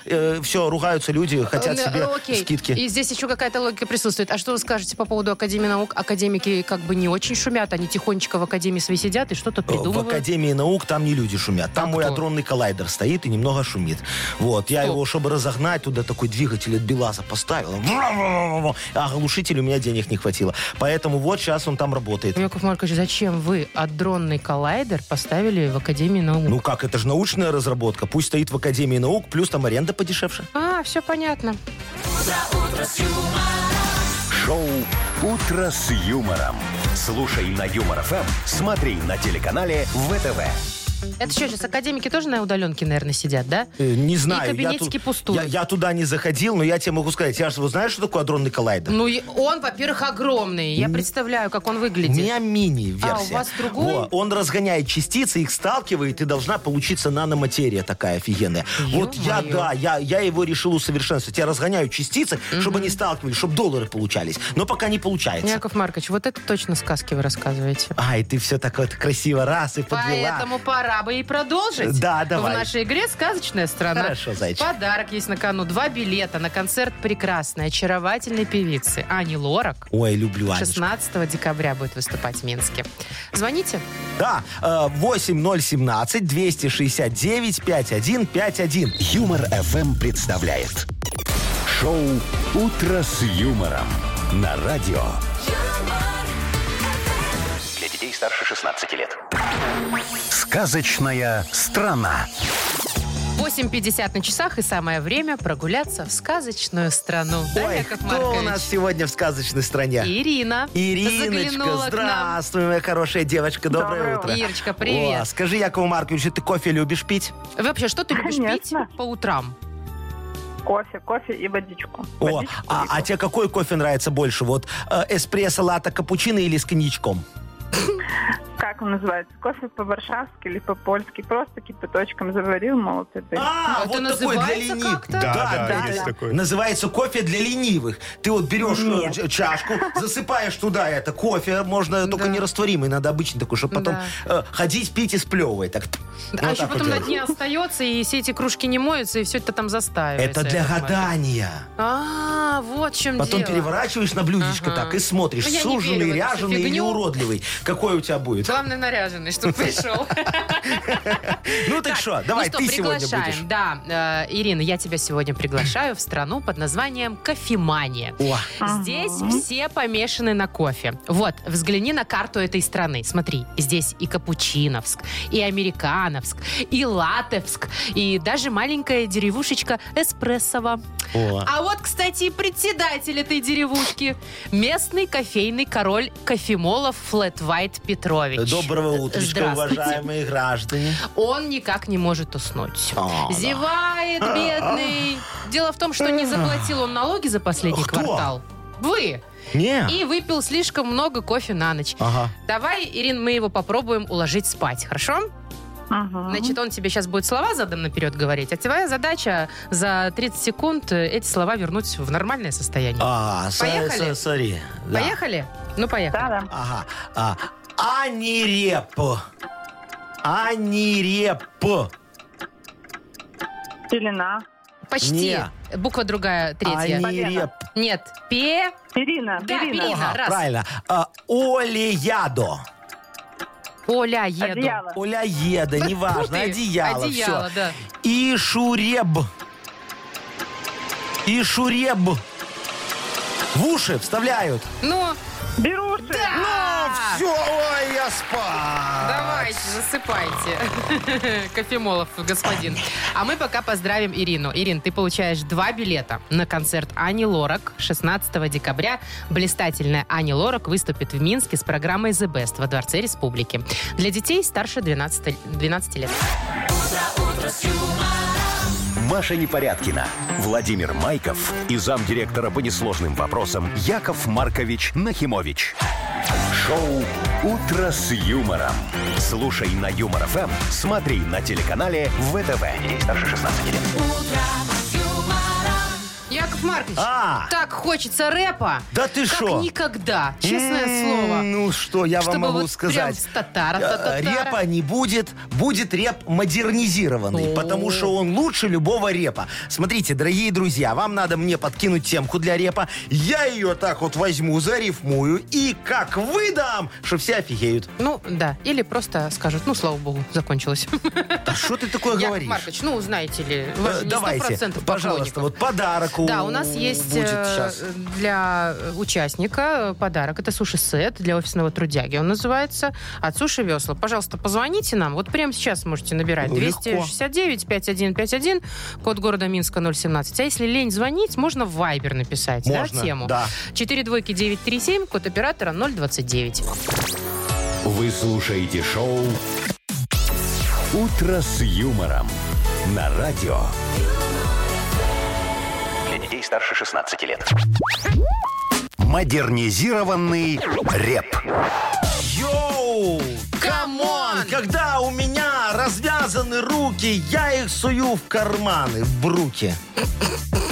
Speaker 2: все, ругаются люди, хотят
Speaker 1: Э,
Speaker 2: себе
Speaker 1: э, окей.
Speaker 2: скидки.
Speaker 1: И здесь еще какая-то логика присутствует. А что вы скажете по поводу Академии наук? Академики как бы не очень шумят, они тихонечко в Академии своей сидят и что-то
Speaker 2: В
Speaker 1: придумывают.
Speaker 2: Академии наук там не люди шумят. Там
Speaker 1: А
Speaker 2: мой
Speaker 1: кто?
Speaker 2: адронный коллайдер стоит и немного шумит. Вот, я
Speaker 1: Кто?
Speaker 2: его, чтобы разогнать, туда такой двигатель от Белаза поставил. Вра-вра-вра-вра. А глушитель у меня денег не хватило. Поэтому вот сейчас он там работает.
Speaker 1: Яков Маркович, зачем вы адронный коллайдер поставили в Академии наук?
Speaker 2: Ну как, это же научная разработка. Пусть стоит в Академии наук, плюс там аренда подешевше.
Speaker 1: А, все понятно.
Speaker 4: Шоу «Утро с юмором». Слушай на Юмор ФМ, смотри на телеканале ВТВ.
Speaker 1: Это что сейчас, академики тоже на удаленке, наверное, сидят, да?
Speaker 2: Э, Не знаю. я,
Speaker 1: кабинетики
Speaker 2: ту-
Speaker 1: пустуют.
Speaker 2: я- я туда не заходил, но я тебе могу сказать. Я же, вот знаешь, что такое адронный коллайдер?
Speaker 1: Ну, и он, во-первых, огромный. Я представляю, как он
Speaker 2: У
Speaker 1: выглядит.
Speaker 2: меня мини-версия.
Speaker 1: А, у вас другой?
Speaker 2: Во, он разгоняет частицы, их сталкивает, и должна получиться наноматерия такая офигенная. Вот я,
Speaker 1: Ё-моё.
Speaker 2: да, я, я его решил усовершенствовать. Я разгоняю частицы, чтобы они сталкивались, чтобы доллары получались. Но пока не получается.
Speaker 1: Яков Маркович, вот это точно сказки вы рассказываете.
Speaker 2: Ай, ты все так вот красиво раз и подвела.
Speaker 1: Поэтому пора бы и продолжить.
Speaker 2: Да, давай.
Speaker 1: В нашей игре «Сказочная страна».
Speaker 2: Хорошо, зайчик.
Speaker 1: Подарок есть на кону. Два билета на концерт прекрасной, очаровательной певицы Ани Лорак.
Speaker 2: Ой, люблю Анечку.
Speaker 1: 16 декабря будет выступать в Минске. Звоните.
Speaker 2: Да, э, 8017 269 5151.
Speaker 4: Юмор ФМ представляет. Шоу «Утро с юмором» на радио.
Speaker 6: Для детей старше 16 лет.
Speaker 4: Сказочная страна.
Speaker 1: 8.50 на часах и самое время прогуляться в сказочную страну. Да,
Speaker 2: Ой,
Speaker 1: Яков
Speaker 2: кто у
Speaker 1: Маркович?
Speaker 2: нас сегодня в сказочной стране?
Speaker 1: Ирина.
Speaker 2: Ириночка,
Speaker 1: заглянула к нам.
Speaker 2: здравствуй, моя хорошая девочка, доброе, утро.
Speaker 1: Ирочка, привет.
Speaker 2: О, скажи, Якову Марковичу, ты кофе любишь пить?
Speaker 1: Вообще, что ты любишь
Speaker 8: Конечно.
Speaker 1: пить по утрам?
Speaker 8: Кофе, кофе и водичку.
Speaker 2: О,
Speaker 8: Водичку
Speaker 2: а,
Speaker 8: и
Speaker 2: а
Speaker 8: кофе.
Speaker 2: тебе какой кофе нравится больше? Вот э, эспрессо, лата, капучино или с коньячком?
Speaker 8: Как он называется? Кофе по-варшавски или по-польски? Просто кипяточком заварил, молотый дым.
Speaker 2: А,
Speaker 1: Это называется как-то?
Speaker 3: Э, Да, да,
Speaker 2: да,
Speaker 3: есть
Speaker 2: да.
Speaker 3: такое.
Speaker 2: Называется кофе для ленивых. Ты вот берешь э,
Speaker 8: Нет.
Speaker 2: ч- чашку, засыпаешь туда это кофе, можно только
Speaker 1: Да.
Speaker 2: нерастворимый, надо обычный такой, чтобы потом э, ходить, пить и сплевывать. Так,
Speaker 1: а
Speaker 2: Ну, Вот
Speaker 1: еще
Speaker 2: так вот
Speaker 1: потом на
Speaker 2: делать.
Speaker 1: дне остается, и все эти кружки не моются, и все это там застаивается.
Speaker 2: Это для
Speaker 1: Яков Маркович.
Speaker 2: гадания.
Speaker 1: А, вот в чем
Speaker 2: Потом
Speaker 1: дело.
Speaker 2: переворачиваешь на блюдечко
Speaker 1: Ага.
Speaker 2: так и смотришь,
Speaker 1: Ну, я не верю
Speaker 2: суженный,
Speaker 1: в эту всю
Speaker 2: ряженый или
Speaker 1: фигню.
Speaker 2: уродливый. Какой у тебя будет?
Speaker 1: Главное, наряженный, чтобы пришел.
Speaker 2: Ну так что, давай,
Speaker 1: ну что,
Speaker 2: ты сегодня
Speaker 1: приглашаем.
Speaker 2: будешь.
Speaker 1: Да, э, Ирина, я тебя сегодня приглашаю в страну под названием Кофемания.
Speaker 2: О,
Speaker 1: Здесь все помешаны на кофе. Вот, взгляни на карту этой страны. Смотри, здесь и Капучиновск, и Американовск, и Латевск, и даже маленькая деревушечка Эспрессово.
Speaker 2: о.
Speaker 1: А вот, кстати, и председатель этой деревушки. Местный кофейный король кофемолов Флэт Вайт Петрович.
Speaker 2: Доброго утречка,
Speaker 1: э, Здравствуйте.
Speaker 2: уважаемые граждане.
Speaker 1: Он никак не может уснуть.
Speaker 2: А, да.
Speaker 1: Зевает, бедный. Дело в том, что не заплатил он налоги за последний
Speaker 2: Кто? А.
Speaker 1: квартал. Вы.
Speaker 2: Не.
Speaker 1: И выпил слишком много кофе на ночь.
Speaker 2: Ага.
Speaker 1: Давай, Ирин, мы его попробуем уложить спать, хорошо?
Speaker 8: Мгм.
Speaker 1: А, Значит, он тебе сейчас будет слова задом наперед говорить, а твоя задача за 30 секунд э, эти слова вернуть в нормальное состояние.
Speaker 2: А, со-
Speaker 1: Поехали?
Speaker 2: со- сори. Да.
Speaker 1: Поехали? Ну, поехали.
Speaker 8: Да-да.
Speaker 2: Ага. А, аниреп. Аниреп.
Speaker 8: Пелена.
Speaker 1: Почти.
Speaker 2: Не.
Speaker 1: Буква другая, третья.
Speaker 2: Аниреп.
Speaker 1: Нет. Пе...
Speaker 8: Ирина.
Speaker 1: Да, Ирина.
Speaker 2: Ага,
Speaker 1: раз.
Speaker 2: правильно. А, олеядо.
Speaker 1: Оля, еду.
Speaker 8: Одеяло.
Speaker 2: Оляеда, неважно,
Speaker 1: ты?
Speaker 2: одеяло,
Speaker 1: Одеяло,
Speaker 2: все.
Speaker 1: да.
Speaker 2: Ишуреб. Ишуреб. В уши вставляют.
Speaker 1: Ну,
Speaker 8: Беруши.
Speaker 1: да!
Speaker 2: Все, А, ой, я спал.
Speaker 1: Давайте, засыпайте. Кофемолов, господин. А мы пока поздравим Ирину. Ирин, ты получаешь два билета на концерт Ани Лорак 16 декабря. Блистательная Ани Лорак выступит в Минске с программой The Best во Дворце Республики. Для детей старше 12, 12 лет.
Speaker 4: Маша Непорядкина, Владимир Майков и замдиректора по несложным вопросам Яков Маркович Нахимович. Шоу «Утро с юмором». Слушай на Юмор ФМ, смотри на телеканале ВТВ. Ей старше 16 лет.
Speaker 1: Яков Маркович,
Speaker 2: А.
Speaker 1: так хочется рэпа.
Speaker 2: Да ты
Speaker 1: как
Speaker 2: шо?
Speaker 1: никогда, честное
Speaker 2: М,
Speaker 1: слово.
Speaker 2: Ну что, я
Speaker 1: Чтобы
Speaker 2: вам могу
Speaker 1: вот прям
Speaker 2: сказать.
Speaker 1: с татара,
Speaker 2: Э,
Speaker 1: та-татара.
Speaker 2: Репа не будет, будет реп модернизированный,
Speaker 1: О.
Speaker 2: потому что он лучше любого репа. Смотрите, дорогие друзья, вам надо мне подкинуть темку для репа. Я ее так вот возьму, зарифмую и как выдам, что все офигеют.
Speaker 1: Ну, да. Или просто скажут, ну, слава богу, закончилось.
Speaker 2: Да что ты такое
Speaker 1: Яков
Speaker 2: говоришь?
Speaker 1: Маркович, ну, знаете ли,
Speaker 2: Э,
Speaker 1: вы же не
Speaker 2: Давайте,
Speaker 1: 100% поклонник.
Speaker 2: пожалуйста, вот подарок у-
Speaker 1: Да, у нас есть
Speaker 2: будет
Speaker 1: э,
Speaker 2: сейчас.
Speaker 1: для участника подарок. Это суши-сет для офисного трудяги. Он называется «От суши весла». Пожалуйста, позвоните нам. Вот прямо сейчас можете набирать.
Speaker 2: Ну, легко.
Speaker 1: 269-5151, код города Минска 017. А если лень звонить, можно в Viber написать,
Speaker 2: Можно,
Speaker 1: да, тему?
Speaker 2: да.
Speaker 1: 4 двойки 937, код оператора 029.
Speaker 4: Вы слушаете шоу «Утро с юмором» на радио.
Speaker 6: Для детей старше 16 лет.
Speaker 4: Модернизированный реп.
Speaker 2: Йоу! Камон! Когда у меня развязаны руки, я их сую в карманы, в бруки.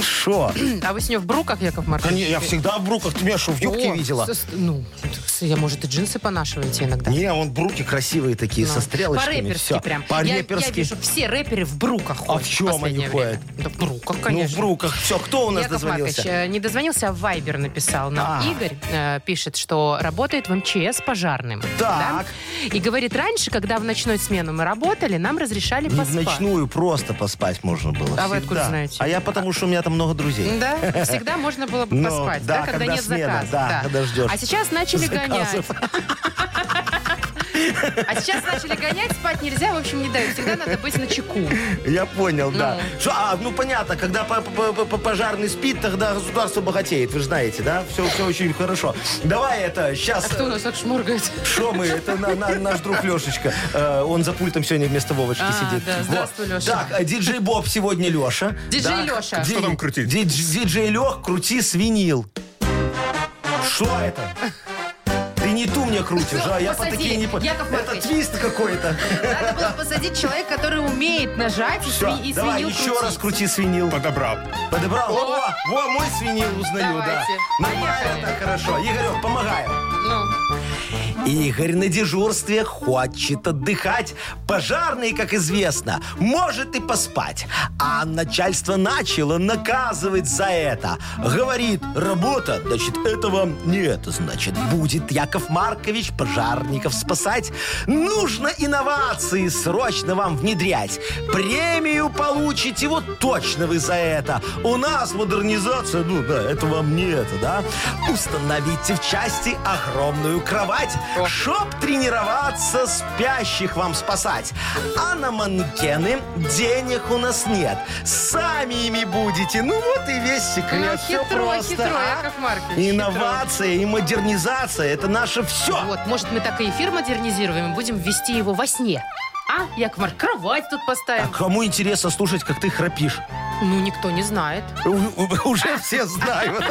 Speaker 2: Шо?
Speaker 1: А вы с нее в бруках, Яков
Speaker 2: Да
Speaker 1: Маркович?
Speaker 2: не, я всегда в бруках, ты меня что, в юбке
Speaker 1: О,
Speaker 2: видела?
Speaker 1: с- с- Ну, с- я, может, и джинсы понашиваете иногда.
Speaker 2: Не, он бруки красивые такие,
Speaker 1: Ну,
Speaker 2: со стрелочками.
Speaker 1: По-рэперски
Speaker 2: всё.
Speaker 1: прям. Я- Я,
Speaker 2: По-рэперски.
Speaker 1: вижу, все рэперы в бруках
Speaker 2: А
Speaker 1: ходят
Speaker 2: в чём
Speaker 1: последнее
Speaker 2: они
Speaker 1: время.
Speaker 2: ходят?
Speaker 1: Да в бруках,
Speaker 2: Ну,
Speaker 1: конечно.
Speaker 2: в бруках. Все, кто у нас
Speaker 1: Яков
Speaker 2: дозвонился?
Speaker 1: Маркович э, не дозвонился, а в Вайбер написал нам.
Speaker 2: А.
Speaker 1: Игорь э, пишет, что работает в МЧС пожарным. Да?
Speaker 2: Так.
Speaker 1: И говорит, раньше, когда в ночную смену мы работали, нам разрешали
Speaker 2: Не в
Speaker 1: поспать.
Speaker 2: ночную просто поспать можно было.
Speaker 1: А вы откуда
Speaker 2: всегда.
Speaker 1: знаете?
Speaker 2: А я потому, что у меня там много друзей.
Speaker 1: Да, всегда можно было бы
Speaker 2: Ну,
Speaker 1: поспать, да,
Speaker 2: да,
Speaker 1: когда,
Speaker 2: когда
Speaker 1: нет
Speaker 2: смена,
Speaker 1: заказа.
Speaker 2: да, когда ждешь
Speaker 1: А сейчас начали гонять.
Speaker 2: Заказов.
Speaker 1: А сейчас начали гонять, спать нельзя, в общем, не дают. Всегда надо быть на чеку.
Speaker 2: Я понял, да.
Speaker 1: Ну.
Speaker 2: Шо, а, ну понятно, когда по- по- по- по- пожарный спит, тогда государство богатеет, вы же знаете, да? Все, все очень хорошо. Давай это,
Speaker 1: А
Speaker 2: сейчас...
Speaker 1: кто у нас так шмургает?
Speaker 2: Что мы? Это на- на- наш друг Лешечка. Э, он за пультом сегодня вместо Вовочки
Speaker 1: А,
Speaker 2: сидит.
Speaker 1: да,
Speaker 2: Вот.
Speaker 1: здравствуй, Леша.
Speaker 2: Так, э, диджей Боб сегодня Леша.
Speaker 1: Диджей Леша.
Speaker 3: Что там крутить?
Speaker 2: диджей Лех, крути свинил. Что это? Ты не ту мне крутишь,
Speaker 1: Всё,
Speaker 2: а я по
Speaker 1: посадили.
Speaker 2: такие не... по-
Speaker 1: Яков
Speaker 2: Это
Speaker 1: Маркович.
Speaker 2: твист какой-то.
Speaker 1: Надо было посадить человека, который умеет нажать и,
Speaker 2: Всё,
Speaker 1: сви- и
Speaker 2: давай
Speaker 1: свинил
Speaker 2: еще
Speaker 1: крутить.
Speaker 2: раз крути свинил.
Speaker 3: Подобрал.
Speaker 2: Подобрал. О, во, мой свинил узнаю,
Speaker 1: Давайте.
Speaker 2: да. Нормально
Speaker 1: Поехали.
Speaker 2: так хорошо. Игорек, помогаем.
Speaker 1: Ну,
Speaker 2: Игорь на дежурстве хочет отдыхать. Пожарный, как известно, может и поспать. А начальство начало наказывать за это. Говорит, работа, значит, это вам не это, значит, будет Яков Маркович пожарников спасать. Нужно инновации срочно вам внедрять. Премию получите, вот точно вы за это. У нас модернизация, ну да, это вам не это, да? Установите в части огромную кровать, чтоб тренироваться спящих вам спасать. А на манекены денег у нас нет. Сами ими будете. Ну вот и весь
Speaker 1: ну,
Speaker 2: секрет. Все
Speaker 1: хитро,
Speaker 2: просто.
Speaker 1: хитро,
Speaker 2: а?
Speaker 1: Яков Маркович. хитро.
Speaker 2: Инновация и модернизация – это наше все.
Speaker 1: Вот, может, мы так и эфир модернизируем и будем вести его во сне. А, Яков Маркович, кровать тут
Speaker 2: А
Speaker 1: поставим.
Speaker 2: кому интересно слушать, как ты храпишь?
Speaker 1: Ну, никто не знает.
Speaker 2: У- у- Уже все знают.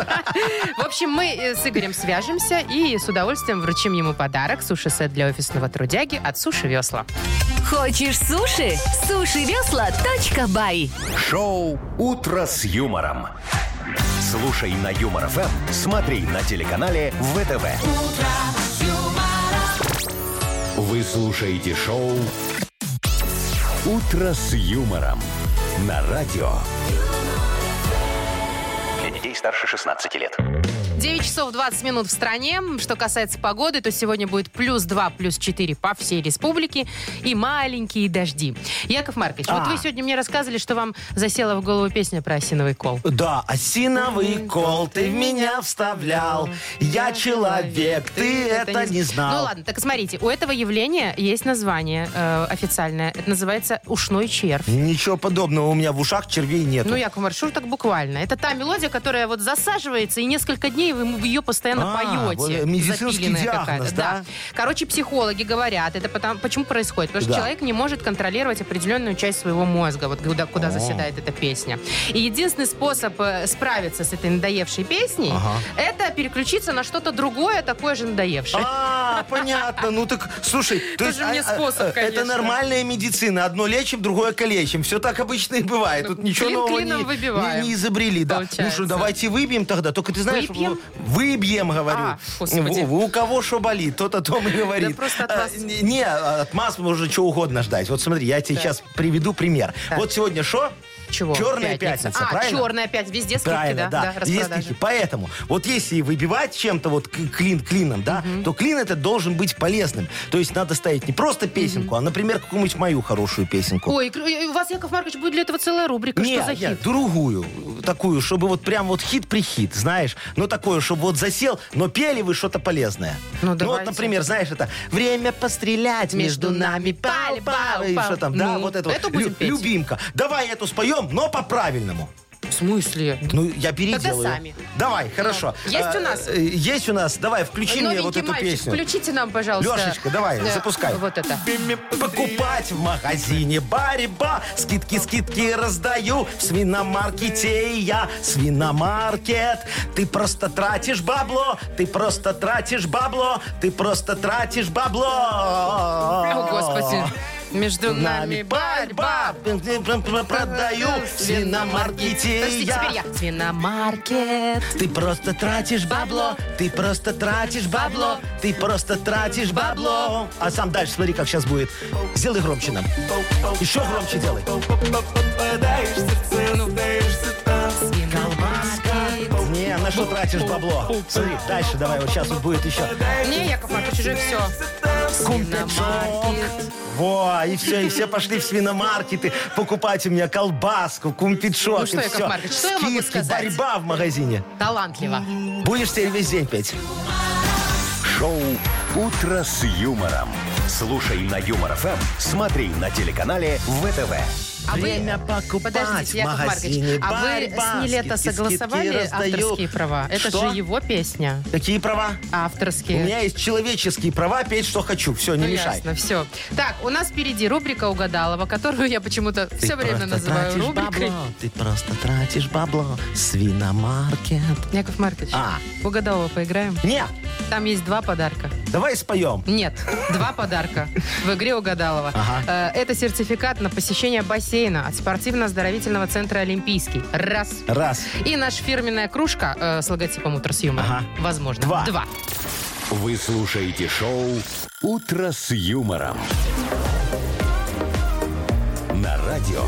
Speaker 1: В общем, мы э, с Игорем свяжемся и с удовольствием вручим ему подарок суши-сет для офисного трудяги от Суши Весла.
Speaker 9: Хочешь суши? Сушивесла.бай
Speaker 4: Шоу «Утро с юмором». Слушай на Юмор ФМ, смотри на телеканале ВТВ. Вы слушаете шоу «Утро с юмором» на радио.
Speaker 6: Для детей старше 16 лет.
Speaker 1: 9 часов 20 минут в стране. Что касается погоды, то сегодня будет плюс 2, плюс 4 по всей республике и маленькие дожди. Яков Маркович,
Speaker 2: А.
Speaker 1: вот вы сегодня мне рассказывали, что вам засела в голову песня про осиновый кол.
Speaker 2: Да, осиновый кол ты в меня вставлял. Я человек, ты это не
Speaker 1: Ну
Speaker 2: знал.
Speaker 1: ладно, так смотрите, у этого явления есть название э, официальное. Это называется ушной червь.
Speaker 2: Ничего подобного у меня в ушах червей нету.
Speaker 1: Ну, Яков Маркович, что ж так буквально. Это та мелодия, которая вот засаживается, и несколько дней вы ее постоянно
Speaker 2: А,
Speaker 1: поете.
Speaker 2: вот медицинский
Speaker 1: Запиленная
Speaker 2: диагноз,
Speaker 1: какая-то,
Speaker 2: да?
Speaker 1: Короче, психологи говорят, это потому, почему происходит? Потому что
Speaker 2: Да.
Speaker 1: человек не может контролировать определенную часть своего мозга, вот куда, куда заседает эта песня. И единственный способ э, справиться с этой надоевшей песней, это переключиться на что-то другое, такое же надоевшее.
Speaker 2: А, понятно. Ну так, слушай, то есть, а,
Speaker 1: Тоже мне способ, конечно.
Speaker 2: это нормальная медицина. Одно лечим, другое калечим. Все так обычно и бывает. Тут ничего
Speaker 1: клин
Speaker 2: нового
Speaker 1: клином
Speaker 2: не,
Speaker 1: выбиваем,
Speaker 2: не- не изобрели. Да. Ну
Speaker 1: получается.
Speaker 2: что, давайте выбьем тогда. Только ты знаешь,
Speaker 1: Выпьем?
Speaker 2: выбьем, говорю.
Speaker 1: А, господи.
Speaker 2: У, у кого что болит, тот о том и говорит.
Speaker 1: просто от
Speaker 2: А,
Speaker 1: вас.
Speaker 2: н- Не, от масс можно что угодно ждать. Вот смотри, я тебе сейчас приведу пример. Вот сегодня что?
Speaker 1: Чего?
Speaker 2: Черная пятница,
Speaker 1: А,
Speaker 2: правильно?
Speaker 1: черная пятница. Везде скидки,
Speaker 2: Правильно,
Speaker 1: да?
Speaker 2: да.
Speaker 1: да,
Speaker 2: Есть
Speaker 1: распродажи.
Speaker 2: такие. Поэтому, вот если выбивать чем-то вот к- клин клином, да, то клин этот должен быть полезным. То есть надо ставить не просто песенку, а, например, какую-нибудь мою хорошую песенку.
Speaker 1: Ой, и у вас, Яков Маркович, будет для этого целая рубрика.
Speaker 2: Нет,
Speaker 1: что за
Speaker 2: нет,
Speaker 1: хит?
Speaker 2: другую, такую, чтобы вот прям вот хит при хит, знаешь, ну такое, чтобы вот засел, но пели вы что-то полезное.
Speaker 1: Ну,
Speaker 2: вот,
Speaker 1: давайте.
Speaker 2: например, знаешь, это «Время пострелять между нами, пау, пау», и
Speaker 1: пау.
Speaker 2: что там, да,
Speaker 1: Ну,
Speaker 2: вот это вот.
Speaker 1: эту будем петь?
Speaker 2: Любимка. Давай эту споем, но по-правильному.
Speaker 1: В смысле?
Speaker 2: Ну, я переделаю.
Speaker 1: сами.
Speaker 2: Давай, хорошо.
Speaker 1: Есть у нас?
Speaker 2: э, Есть у нас. Давай, включи мне
Speaker 1: Новенький
Speaker 2: вот эту
Speaker 1: мальчик,
Speaker 2: песню.
Speaker 1: включите нам, пожалуйста.
Speaker 2: Лешечка, давай, запускай.
Speaker 1: Вот это.
Speaker 2: Покупать в магазине бариба. Скидки, скидки раздаю. В свиномаркете я. Свиномаркет. Ты просто тратишь бабло. Ты просто тратишь бабло. Ты просто тратишь бабло.
Speaker 1: О, Господи. Между нами
Speaker 2: Нами
Speaker 1: борьба.
Speaker 2: борьба. Продаю в свиномаркете
Speaker 1: Подожди,
Speaker 2: я.
Speaker 1: теперь я. Свиномаркет.
Speaker 2: Ты просто тратишь бабло, ты просто тратишь бабло, ты просто тратишь бабло. А сам дальше смотри, как сейчас будет. Сделай громче нам. Еще громче делай.
Speaker 1: Свиномаркет.
Speaker 2: Не, на что тратишь бабло? Смотри, дальше давай, вот сейчас вот будет еще.
Speaker 1: Не, Яков Маркович, уже все.
Speaker 2: Кумпячок. Во, и все, и все пошли в свиномаркеты покупать у меня колбаску, кумпичок,
Speaker 1: Ну что,
Speaker 2: и
Speaker 1: Яков
Speaker 2: все.
Speaker 1: Маркович, что я могу
Speaker 2: Скидки,
Speaker 1: сказать?
Speaker 2: борьба в магазине.
Speaker 1: Талантливо.
Speaker 2: Будешь теперь весь день петь.
Speaker 4: Шоу «Утро с юмором». Слушай на Юмор ФМ, смотри на телеканале ВТВ.
Speaker 1: А
Speaker 2: Время покупать
Speaker 1: Подождите, Яков
Speaker 2: Ну, в
Speaker 1: Маркович,
Speaker 2: магазине
Speaker 1: а вы с
Speaker 2: барбаски,
Speaker 1: Нилетто
Speaker 2: скидки
Speaker 1: согласовали
Speaker 2: раздаю.
Speaker 1: авторские права? Это
Speaker 2: Что?
Speaker 1: же его песня.
Speaker 2: Какие права? У
Speaker 1: Авторские.
Speaker 2: меня есть человеческие права петь, что хочу. Все, не
Speaker 1: Ну,
Speaker 2: мешай.
Speaker 1: ясно, все. Так, у нас впереди рубрика «Угадалова», которую я почему-то все время называю рубрикой.
Speaker 2: Ты просто тратишь бабло. Свиномаркет.
Speaker 1: Яков Маркович,
Speaker 2: А.
Speaker 1: в «Угадалова» поиграем?
Speaker 2: Не,
Speaker 1: Там есть два подарка.
Speaker 2: давай споем.
Speaker 1: Нет, два подарка в игре «Угадалова».
Speaker 2: Ага.
Speaker 1: Э, Это сертификат на посещение бассейна от спортивно-оздоровительного центра «Олимпийский». Раз.
Speaker 2: Раз.
Speaker 1: И наша фирменная кружка э, с логотипом «Утро с юмором».
Speaker 2: Ага.
Speaker 1: Возможно.
Speaker 2: Два.
Speaker 1: Два.
Speaker 4: Вы слушаете шоу «Утро с юмором». На радио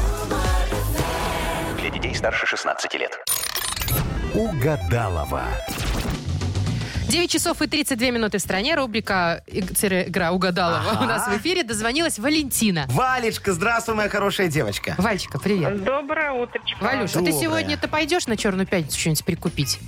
Speaker 6: Для детей старше 16 лет.
Speaker 4: «Угадалова».
Speaker 1: 9 часов и 32 минуты в стране. Рубрика иг- тире «Игра угадалова» у нас в эфире. Дозвонилась Валентина.
Speaker 2: Валечка, здравствуй, моя хорошая девочка.
Speaker 1: Вальчика, привет.
Speaker 8: Доброе утречко.
Speaker 1: Валюша, ты
Speaker 2: Доброе.
Speaker 1: сегодня-то пойдешь на Черную Пятницу что-нибудь прикупить?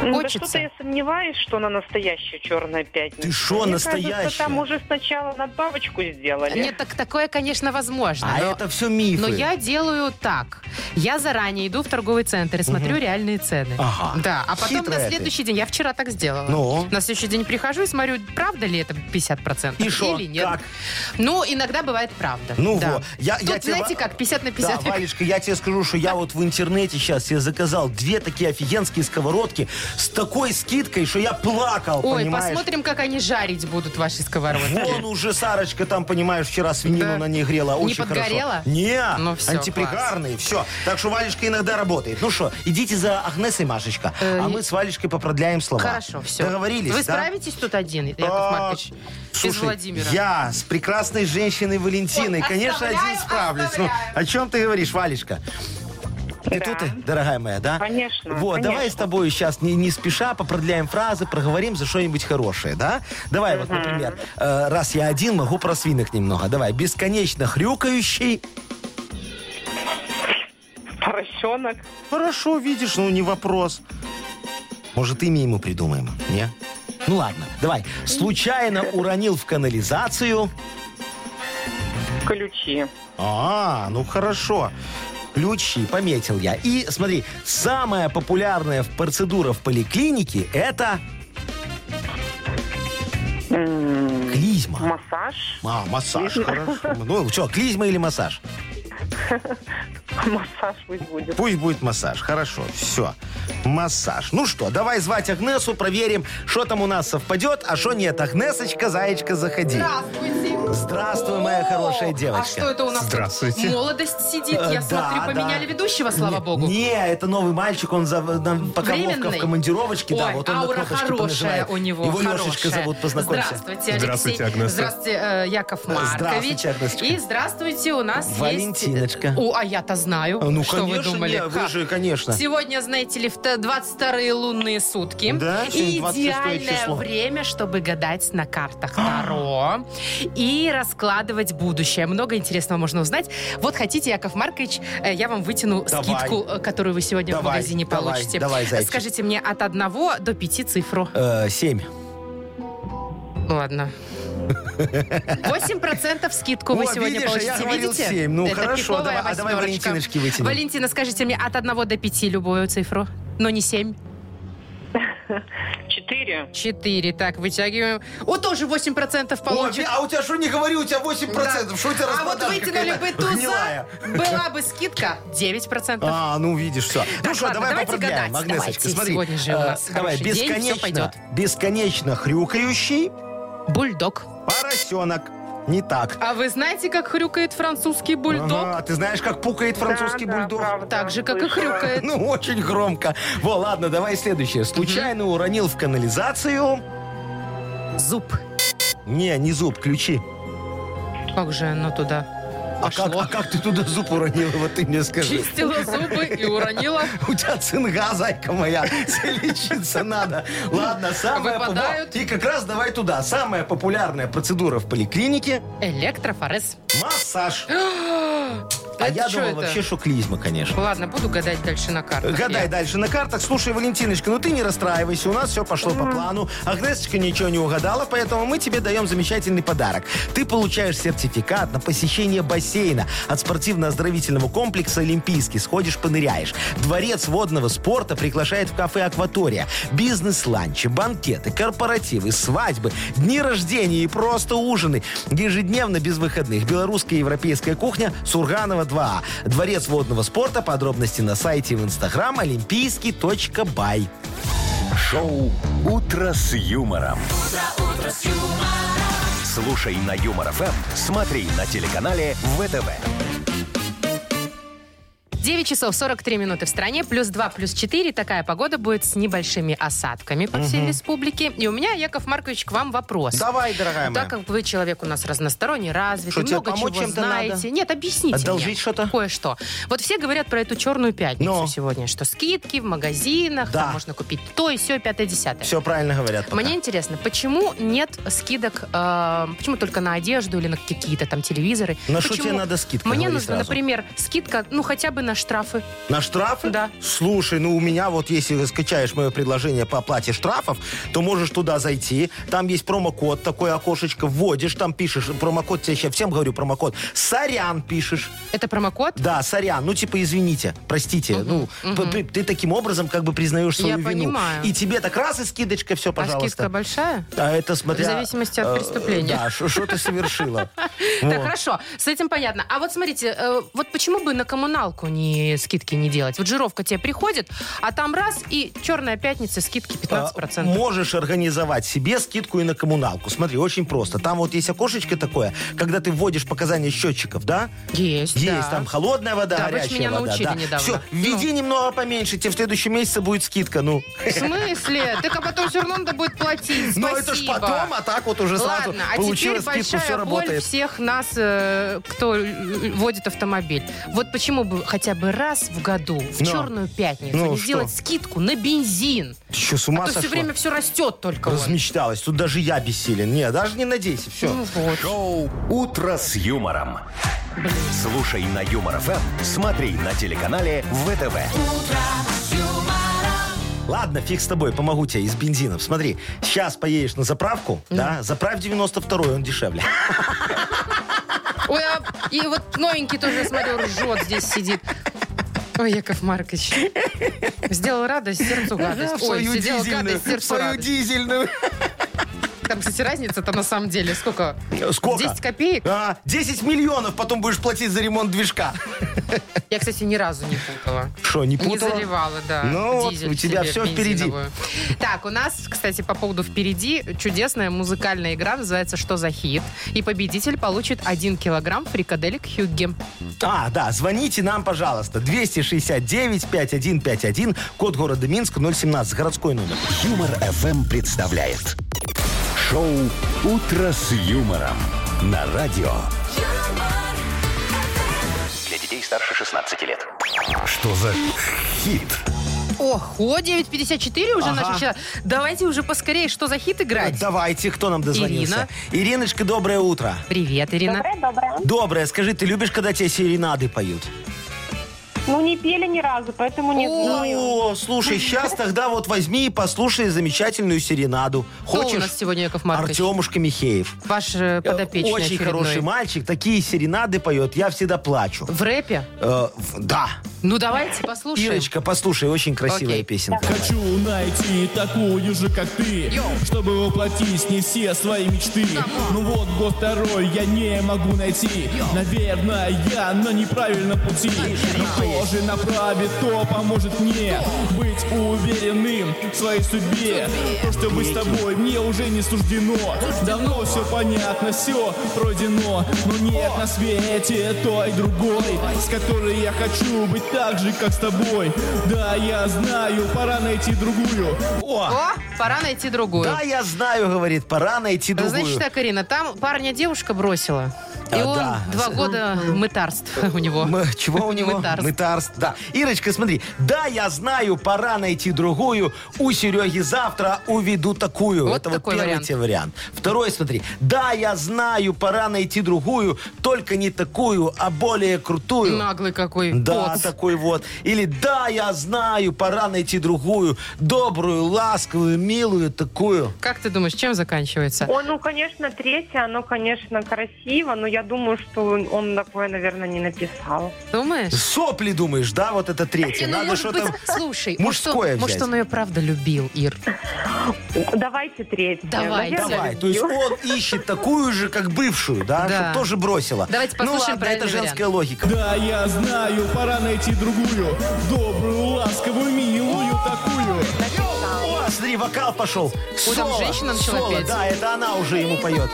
Speaker 8: Ну,
Speaker 1: хочется.
Speaker 8: Да что-то я сомневаюсь, что она настоящая черная пятница.
Speaker 2: Ты шо,
Speaker 8: Мне
Speaker 2: настоящая?
Speaker 8: Кажется, там уже сначала надбавочку сделали.
Speaker 1: Нет, так такое, конечно, возможно.
Speaker 2: А
Speaker 1: но...
Speaker 2: это все мифы.
Speaker 1: но Ну, я делаю так. Я заранее иду в торговый центр и смотрю реальные цены.
Speaker 2: Ага.
Speaker 1: Да, а потом
Speaker 2: Хитрая
Speaker 1: на
Speaker 2: ты.
Speaker 1: следующий день, я вчера так сделала.
Speaker 2: Ну?
Speaker 1: На следующий день прихожу и смотрю, правда ли это 50%
Speaker 2: И шо,
Speaker 1: или нет.
Speaker 2: как?
Speaker 1: Ну, иногда бывает правда.
Speaker 2: Ну
Speaker 1: да.
Speaker 2: вот, я-
Speaker 1: Тут,
Speaker 2: я тебе-
Speaker 1: знаете как, 50 на
Speaker 2: Да,
Speaker 1: 50.
Speaker 2: Валечка, я тебе скажу, что я вот в интернете сейчас я заказал две такие офигенские сковородки сковородки с такой скидкой, что я плакал,
Speaker 1: Ой,
Speaker 2: понимаешь?
Speaker 1: посмотрим, как они жарить будут ваши сковородки.
Speaker 2: Вон уже Сарочка там, понимаешь, вчера свинину
Speaker 1: Да.
Speaker 2: на ней грела.
Speaker 1: Не
Speaker 2: Очень
Speaker 1: подгорела?
Speaker 2: Хорошо. Не,
Speaker 1: Ну всё,
Speaker 2: антипригарные, все. Так что Валечка иногда работает. Ну что, идите за Агнесой, Машечка.
Speaker 1: Э,
Speaker 2: а мы с Валечкой попродляем слова.
Speaker 1: Хорошо, все.
Speaker 2: Договорились,
Speaker 1: Вы
Speaker 2: да?
Speaker 1: справитесь тут один, Яков
Speaker 2: А,
Speaker 1: Маркович? Из
Speaker 2: Слушай,
Speaker 1: Владимира.
Speaker 2: я с прекрасной женщиной Валентиной,
Speaker 1: Ой,
Speaker 2: конечно, один
Speaker 1: оставляю,
Speaker 2: справлюсь.
Speaker 1: оставляю.
Speaker 2: Ну, о чем ты говоришь, Валечка? Ты
Speaker 8: Да.
Speaker 2: тут, и, дорогая моя, да?
Speaker 8: Конечно,
Speaker 2: Вот,
Speaker 8: конечно.
Speaker 2: давай с тобой сейчас не, не спеша попродляем фразы, проговорим за что-нибудь хорошее, да? Давай вот, например, э, раз я один, могу про свинок немного. Давай, бесконечно хрюкающий.
Speaker 8: Поросенок.
Speaker 2: Хорошо, видишь, ну не вопрос. Может, имя ему придумаем, не? Ну ладно, давай. Случайно уронил в канализацию...
Speaker 8: Ключи.
Speaker 2: А, ну хорошо. Ключи, пометил я. И смотри, самая популярная в- процедура в поликлинике это
Speaker 8: М,
Speaker 2: клизма.
Speaker 8: Массаж.
Speaker 2: А, массаж, хорошо. Ну, что, клизма или массаж?
Speaker 8: Массаж пусть будет.
Speaker 2: Пусть будет массаж, хорошо, все. Массаж. Ну что, давай звать Агнесу, проверим, что там у нас совпадет, а что нет. Агнесочка, зайчка, заходи.
Speaker 1: Здравствуйте.
Speaker 2: Здравствуй, моя хорошая
Speaker 1: О,
Speaker 2: девочка.
Speaker 1: А что это у нас? тут?
Speaker 3: Здравствуйте.
Speaker 1: Молодость сидит.
Speaker 2: Э,
Speaker 1: Я
Speaker 2: да,
Speaker 1: смотрю,
Speaker 2: да.
Speaker 1: поменяли ведущего, слава
Speaker 2: Не-
Speaker 1: богу.
Speaker 2: Не, это новый мальчик, он за, нам пока Вовка
Speaker 1: Временный?
Speaker 2: в командировочке, да,
Speaker 1: Ой,
Speaker 2: вот он на
Speaker 1: аура
Speaker 2: кнопочки
Speaker 1: хорошая
Speaker 2: понажимает.
Speaker 1: у него.
Speaker 2: Его
Speaker 1: хорошая.
Speaker 2: Лешечка зовут, познакомься.
Speaker 1: Здравствуйте, Алексей.
Speaker 3: Здравствуйте, Агнесса.
Speaker 1: Здравствуйте, э, Яков Маркович.
Speaker 2: Здравствуйте, Агнесочка.
Speaker 1: И здравствуйте, у нас
Speaker 2: Валентиночка.
Speaker 1: есть... О, а я-то знаю,
Speaker 2: Ну,
Speaker 1: что
Speaker 2: конечно,
Speaker 1: вы думали.
Speaker 2: не, вы
Speaker 1: Как?
Speaker 2: же, конечно.
Speaker 1: Сегодня, знаете ли, вто- 22 лунные сутки.
Speaker 2: Да, сегодня 26
Speaker 1: Идеальное
Speaker 2: число.
Speaker 1: время, чтобы гадать на картах Таро и раскладывать будущее. Много интересного можно узнать. Вот хотите, Яков Маркович, э, я вам вытяну
Speaker 2: Давай.
Speaker 1: скидку, э, которую вы сегодня в
Speaker 2: Давай,
Speaker 1: магазине
Speaker 2: давай,
Speaker 1: получите.
Speaker 2: давай, зайчик.
Speaker 1: Скажите мне от 1 до 5 цифру.
Speaker 2: Э, Семь.
Speaker 1: Ну, Ладно. 8% скидку вы
Speaker 2: О,
Speaker 1: сегодня
Speaker 2: видишь, а я
Speaker 1: получите.
Speaker 2: говорил
Speaker 1: Видите?
Speaker 2: семь. Ну,
Speaker 1: Это
Speaker 2: хорошо,
Speaker 1: пиковая
Speaker 2: давай- а давай
Speaker 1: восьмерочка.
Speaker 2: Валентиночки вытянем.
Speaker 1: Валентина, скажите мне от 1 до 5 любую цифру. Но не 7.
Speaker 8: Четыре.
Speaker 1: 4. Так, вытягиваем. О, тоже 8% получит.
Speaker 2: О, а у тебя что не говори, у тебя 8%, что у тебя
Speaker 1: а вот
Speaker 2: распаданка
Speaker 1: вытянули бы
Speaker 2: какая-то
Speaker 1: туза,
Speaker 2: гнилая?
Speaker 1: была бы скидка 9%.
Speaker 2: А, ну видишь, все.
Speaker 1: Так,
Speaker 2: ну что,
Speaker 1: ладно,
Speaker 2: давай
Speaker 1: давайте
Speaker 2: поправляем,
Speaker 1: гадать,
Speaker 2: Агнесочка,
Speaker 1: давайте.
Speaker 2: смотри.
Speaker 1: Сегодня же у
Speaker 2: Э,
Speaker 1: нас
Speaker 2: давай,
Speaker 1: хороший день, всё
Speaker 2: бесконечно,
Speaker 1: пойдет.
Speaker 2: бесконечно хрюкающий А.
Speaker 1: Бульдог.
Speaker 2: поросенок. Не так.
Speaker 1: А вы знаете, как хрюкает французский бульдог?
Speaker 2: Ага, а ты знаешь, как пукает французский
Speaker 8: Да, да,
Speaker 2: бульдог?
Speaker 8: правда,
Speaker 1: Так же, как и
Speaker 8: слышала.
Speaker 1: хрюкает.
Speaker 2: Ну, очень громко. Во, ладно, давай следующее. Случайно уронил в канализацию...
Speaker 1: Зуб.
Speaker 2: Не, не зуб, ключи.
Speaker 1: Как же оно туда?
Speaker 2: А
Speaker 1: Пошло.
Speaker 2: как, а как ты туда зуб уронила, вот ты мне скажи.
Speaker 1: Чистила зубы и уронила.
Speaker 2: У тебя цинга, зайка моя. Тебе лечиться надо. Ладно, самая...
Speaker 1: Выпадают.
Speaker 2: И как раз давай туда. Самая популярная процедура в поликлинике
Speaker 1: Электрофорез.
Speaker 2: – массаж. А
Speaker 1: Это
Speaker 2: я
Speaker 1: что
Speaker 2: думал
Speaker 1: это?
Speaker 2: вообще, что клизма, конечно.
Speaker 1: Ладно, буду гадать дальше на картах.
Speaker 2: Гадай
Speaker 1: Я.
Speaker 2: дальше на картах. Слушай, Валентиночка, ну ты не расстраивайся, у нас все пошло по плану. Агнесочка ничего не угадала, поэтому мы тебе даем замечательный подарок. Ты получаешь сертификат на посещение бассейна от спортивно-оздоровительного комплекса «Олимпийский». Сходишь, поныряешь. Дворец водного спорта приглашает в кафе «Акватория». Бизнес-ланчи, банкеты, корпоративы, свадьбы, дни рождения и просто ужины. Ежедневно без выходных. Белорусская и европейская кухня Сурганова 2А. Дворец водного спорта. Подробности на сайте и в инстаграм олимпийский.бай.
Speaker 4: Шоу «Утро с юмором». Слушай на Юмор ФМ, смотри на телеканале ВТВ.
Speaker 1: 9 часов 43 минуты в стране, плюс 2, плюс 4. Такая погода будет с небольшими осадками по всей республике. И у меня, Яков Маркович, к вам вопрос.
Speaker 2: Давай, дорогая моя.
Speaker 1: Так как вы человек у нас разносторонний, развитый,
Speaker 2: Что, тебе
Speaker 1: много
Speaker 2: помочь
Speaker 1: чего
Speaker 2: чем-то
Speaker 1: знаете.
Speaker 2: надо?
Speaker 1: Нет, объясните
Speaker 2: Одолжить
Speaker 1: мне
Speaker 2: что-то?
Speaker 1: Кое-что. Вот все говорят про эту черную пятницу
Speaker 2: Но.
Speaker 1: сегодня, что скидки в магазинах,
Speaker 2: Да.
Speaker 1: там можно купить то и все, пятое-десятое.
Speaker 2: Все правильно говорят. пока.
Speaker 1: Мне интересно, почему нет скидок, э, почему только на одежду или на какие-то там телевизоры?
Speaker 2: На что
Speaker 1: Почему?
Speaker 2: тебе надо скидка?
Speaker 1: Мне
Speaker 2: говори
Speaker 1: нужна,
Speaker 2: сразу.
Speaker 1: например, скидка, ну, хотя бы на штрафы.
Speaker 2: На штрафы?
Speaker 1: Да.
Speaker 2: Слушай, ну у меня вот, если скачаешь мое предложение по оплате штрафов, то можешь туда зайти. Там есть промокод, такое окошечко вводишь, там пишешь промокод. Тебе сейчас всем говорю промокод. Сорян пишешь.
Speaker 1: Это промокод?
Speaker 2: Да, сорян. Ну, типа, извините, простите. ну, п- п- ты таким образом как бы признаешь
Speaker 1: Я
Speaker 2: свою вину.
Speaker 1: понимаю.
Speaker 2: И тебе так раз и скидочка, все,
Speaker 1: А скидка
Speaker 2: пожалуйста.
Speaker 1: большая?
Speaker 2: А это смотря...
Speaker 1: В зависимости от
Speaker 2: э,
Speaker 1: преступления.
Speaker 2: Да, что ты совершила.
Speaker 1: Так,
Speaker 2: Вот.
Speaker 1: хорошо, с этим понятно. А вот смотрите, э, вот почему бы на коммуналку ни скидки не делать. Вот жировка тебе приходит, а там раз и черная пятница, скидки 15%.
Speaker 2: А, Можешь организовать себе скидку и на коммуналку. Смотри, очень просто. Там вот есть окошечко такое, когда ты вводишь показания счетчиков, да?
Speaker 1: Есть, да.
Speaker 2: Есть там холодная вода,
Speaker 1: Да, вы ж
Speaker 2: горячая
Speaker 1: меня
Speaker 2: вода.
Speaker 1: научили
Speaker 2: да.
Speaker 1: недавно.
Speaker 2: Все,
Speaker 1: Ну.
Speaker 2: введи немного поменьше, тебе в следующем месяце будет скидка. Ну,
Speaker 1: В смысле? Так а потом все равно надо будет платить.
Speaker 2: но ну, это ж
Speaker 1: Спасибо.
Speaker 2: потом, а так вот уже сразу
Speaker 1: Ладно, а
Speaker 2: получила
Speaker 1: теперь
Speaker 2: скидку, все
Speaker 1: большая боль
Speaker 2: работает.
Speaker 1: всех нас, э, кто э, водит автомобиль. Вот почему бы хотя бы раз в году, в
Speaker 2: Ну.
Speaker 1: черную пятницу,
Speaker 2: Ну,
Speaker 1: не
Speaker 2: что?
Speaker 1: сделать скидку на бензин.
Speaker 2: Ты что, с ума
Speaker 1: а то все
Speaker 2: сошла?
Speaker 1: время все растет только. вот.
Speaker 2: Размечталась. Тут даже я бессилен. Не, даже не надейся. Все.
Speaker 1: Ну вот.
Speaker 4: Шоу «Утро с юмором». Слушай на Юмор ФМ, смотри на телеканале ВТВ.
Speaker 2: Ладно, фиг с тобой, помогу тебе из бензином. Смотри, сейчас поедешь на заправку,
Speaker 1: Ну.
Speaker 2: да, заправь 92-й, он дешевле.
Speaker 1: Ой, а- и вот новенький тоже, я смотрю, ржет здесь сидит. Ой, Яков Маркович. Сделал радость, сердцу гадость. Ой, сделал гадость,
Speaker 2: в
Speaker 1: сердцу
Speaker 2: свою
Speaker 1: радость.
Speaker 2: дизельную.
Speaker 1: Там, кстати, разница-то на самом деле сколько?
Speaker 2: Сколько?
Speaker 1: 10 копеек?
Speaker 2: А, 10 миллионов потом будешь платить за ремонт движка.
Speaker 1: Я, кстати, ни разу не путала.
Speaker 2: Что, не
Speaker 1: Не
Speaker 2: путала?
Speaker 1: заливала, да.
Speaker 2: Ну вот,
Speaker 1: дизель
Speaker 2: у тебя
Speaker 1: себе
Speaker 2: всё впереди.
Speaker 1: бензиновую. Так, у нас, кстати, по поводу впереди чудесная музыкальная игра называется «Что за хит?». И победитель получит 1 килограмм фрикаделек Хюгге.
Speaker 2: А, да, звоните нам, пожалуйста. 269-5151, код города Минск, 017, городской номер.
Speaker 4: Юмор ФМ представляет. Шоу «Утро с юмором» на радио.
Speaker 6: Для детей старше 16 лет.
Speaker 4: Что за хит?
Speaker 1: Ого, 9.54 уже
Speaker 2: Ага.
Speaker 1: начал. Давайте уже поскорее «Что за хит?» играть.
Speaker 2: Давайте, кто нам дозвонился? Ирина. Ириночка, доброе утро.
Speaker 1: Привет, Ирина.
Speaker 9: Доброе, доброе.
Speaker 2: Доброе, скажи, ты любишь, когда тебе серенады поют?
Speaker 9: Ну, не пели ни разу, поэтому не знаю.
Speaker 2: О, слушай, сейчас тогда вот возьми и послушай замечательную серенаду.
Speaker 1: Кто у
Speaker 2: Хочешь?
Speaker 1: нас сегодня, Яков Маркович?
Speaker 2: Артемушка Михеев.
Speaker 1: Ваш э, подопечный
Speaker 2: Очень
Speaker 1: очередной.
Speaker 2: хороший мальчик, такие серенады поет, я всегда плачу.
Speaker 1: В рэпе?
Speaker 2: Э, в- да.
Speaker 1: Ну, давайте послушаем.
Speaker 2: Ирочка, послушай, очень красивая
Speaker 1: Окей.
Speaker 2: песенка.
Speaker 10: Хочу найти такую же, как ты Чтобы воплотить с ней все свои мечты Ну вот год второй я не могу найти Наверное, я на неправильном пути Но кто же направит, кто поможет мне Быть уверенным в своей судьбе То, что быть с тобой мне уже не суждено Давно все понятно, все пройдено Но нет на свете той другой С которой я хочу быть так же, как с тобой Да, я знаю, пора найти другую О!
Speaker 1: О, пора найти другую.
Speaker 2: Да, я знаю, говорит, пора найти
Speaker 1: Ну,
Speaker 2: другую.
Speaker 1: Значит так, Ирина, там парня девушка бросила. И
Speaker 2: А,
Speaker 1: он
Speaker 2: да.
Speaker 1: два года мытарств у него.
Speaker 2: М, Чего у него?
Speaker 1: Мытарств.
Speaker 2: да. Ирочка, смотри. Да, я знаю, пора найти другую. У Сереги завтра уведу такую.
Speaker 1: Вот
Speaker 2: Это
Speaker 1: такой
Speaker 2: вот первый
Speaker 1: вариант.
Speaker 2: тебе вариант. Второй, смотри. Да, я знаю, пора найти другую, только не такую, а более крутую.
Speaker 1: Наглый какой.
Speaker 2: Да,
Speaker 1: поц.
Speaker 2: такой вот. Или да, я знаю, пора найти другую, добрую, ласковую, милую такую.
Speaker 1: Как ты думаешь, чем заканчивается?
Speaker 9: Ой, ну, конечно, третье, оно, конечно, красиво, но я думаю, что он такое, наверное, не написал.
Speaker 1: Думаешь?
Speaker 2: Сопли думаешь, да, вот это третье.
Speaker 1: Не, ну,
Speaker 2: Надо
Speaker 1: может
Speaker 2: что-то...
Speaker 1: быть, слушай,
Speaker 2: мужское
Speaker 1: может, может,
Speaker 2: взять.
Speaker 1: он ее правда любил, Ир.
Speaker 9: Давайте третье.
Speaker 1: Давай,
Speaker 9: Наверное,
Speaker 2: Давай, то есть
Speaker 9: люблю.
Speaker 2: он ищет такую же, как бывшую, да,
Speaker 1: Да.
Speaker 2: чтоб тоже бросила.
Speaker 1: Давайте
Speaker 2: Ну
Speaker 1: послушаем
Speaker 2: ладно, это
Speaker 1: правильный
Speaker 2: женская логика.
Speaker 10: Да, я знаю, пора найти другую Добрую, ласковую, милую такую
Speaker 2: О, смотри, вокал пошел.
Speaker 1: Ой, там
Speaker 2: Соло,
Speaker 1: женщина начала
Speaker 2: соло,
Speaker 1: петь.
Speaker 2: Да, это она уже ему поет.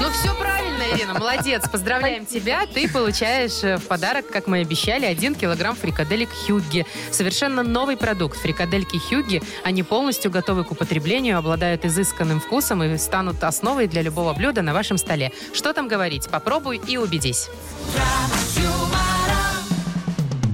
Speaker 1: Ну, все правильно, Ирина, молодец. Поздравляем тебя. Ты получаешь э, в подарок, как мы и обещали, один килограмм фрикаделек Хьюги. Совершенно новый продукт. Фрикадельки Хьюги, они полностью готовы к употреблению, обладают изысканным вкусом и станут основой для любого блюда на вашем столе. Что там говорить? Попробуй и убедись.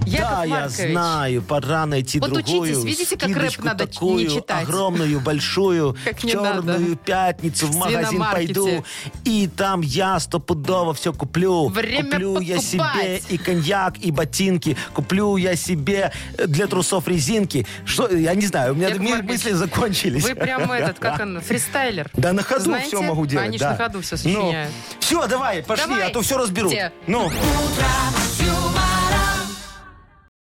Speaker 1: Яков
Speaker 2: да, я
Speaker 1: Маркович,
Speaker 2: знаю, пора найти
Speaker 1: Вот
Speaker 2: другую.
Speaker 1: учитесь, видите, как рэп
Speaker 2: скидочку
Speaker 1: надо ч- не
Speaker 2: такую,
Speaker 1: читать.
Speaker 2: Огромную, большую,
Speaker 1: Как
Speaker 2: в
Speaker 1: не надо.
Speaker 2: черную пятницу в
Speaker 1: В
Speaker 2: магазин
Speaker 1: свиномаркете.
Speaker 2: пойду. И там я стопудово все куплю.
Speaker 1: Время
Speaker 2: куплю я себе
Speaker 1: покупать.
Speaker 2: и коньяк, и ботинки. Куплю я себе э, для трусов резинки. Что, я не знаю, у меня
Speaker 1: Яков
Speaker 2: ми-
Speaker 1: Маркович,
Speaker 2: мысли закончились.
Speaker 1: вы прям этот, как он, фристайлер.
Speaker 2: Да на ходу
Speaker 1: Знаете?
Speaker 2: все могу делать.
Speaker 1: Они ж
Speaker 2: да. Ну,
Speaker 1: на ходу все сочиняют.
Speaker 2: все, давай, пошли,
Speaker 1: Давай.
Speaker 2: а то все разберут.
Speaker 1: Где?
Speaker 2: Ну.
Speaker 10: Утро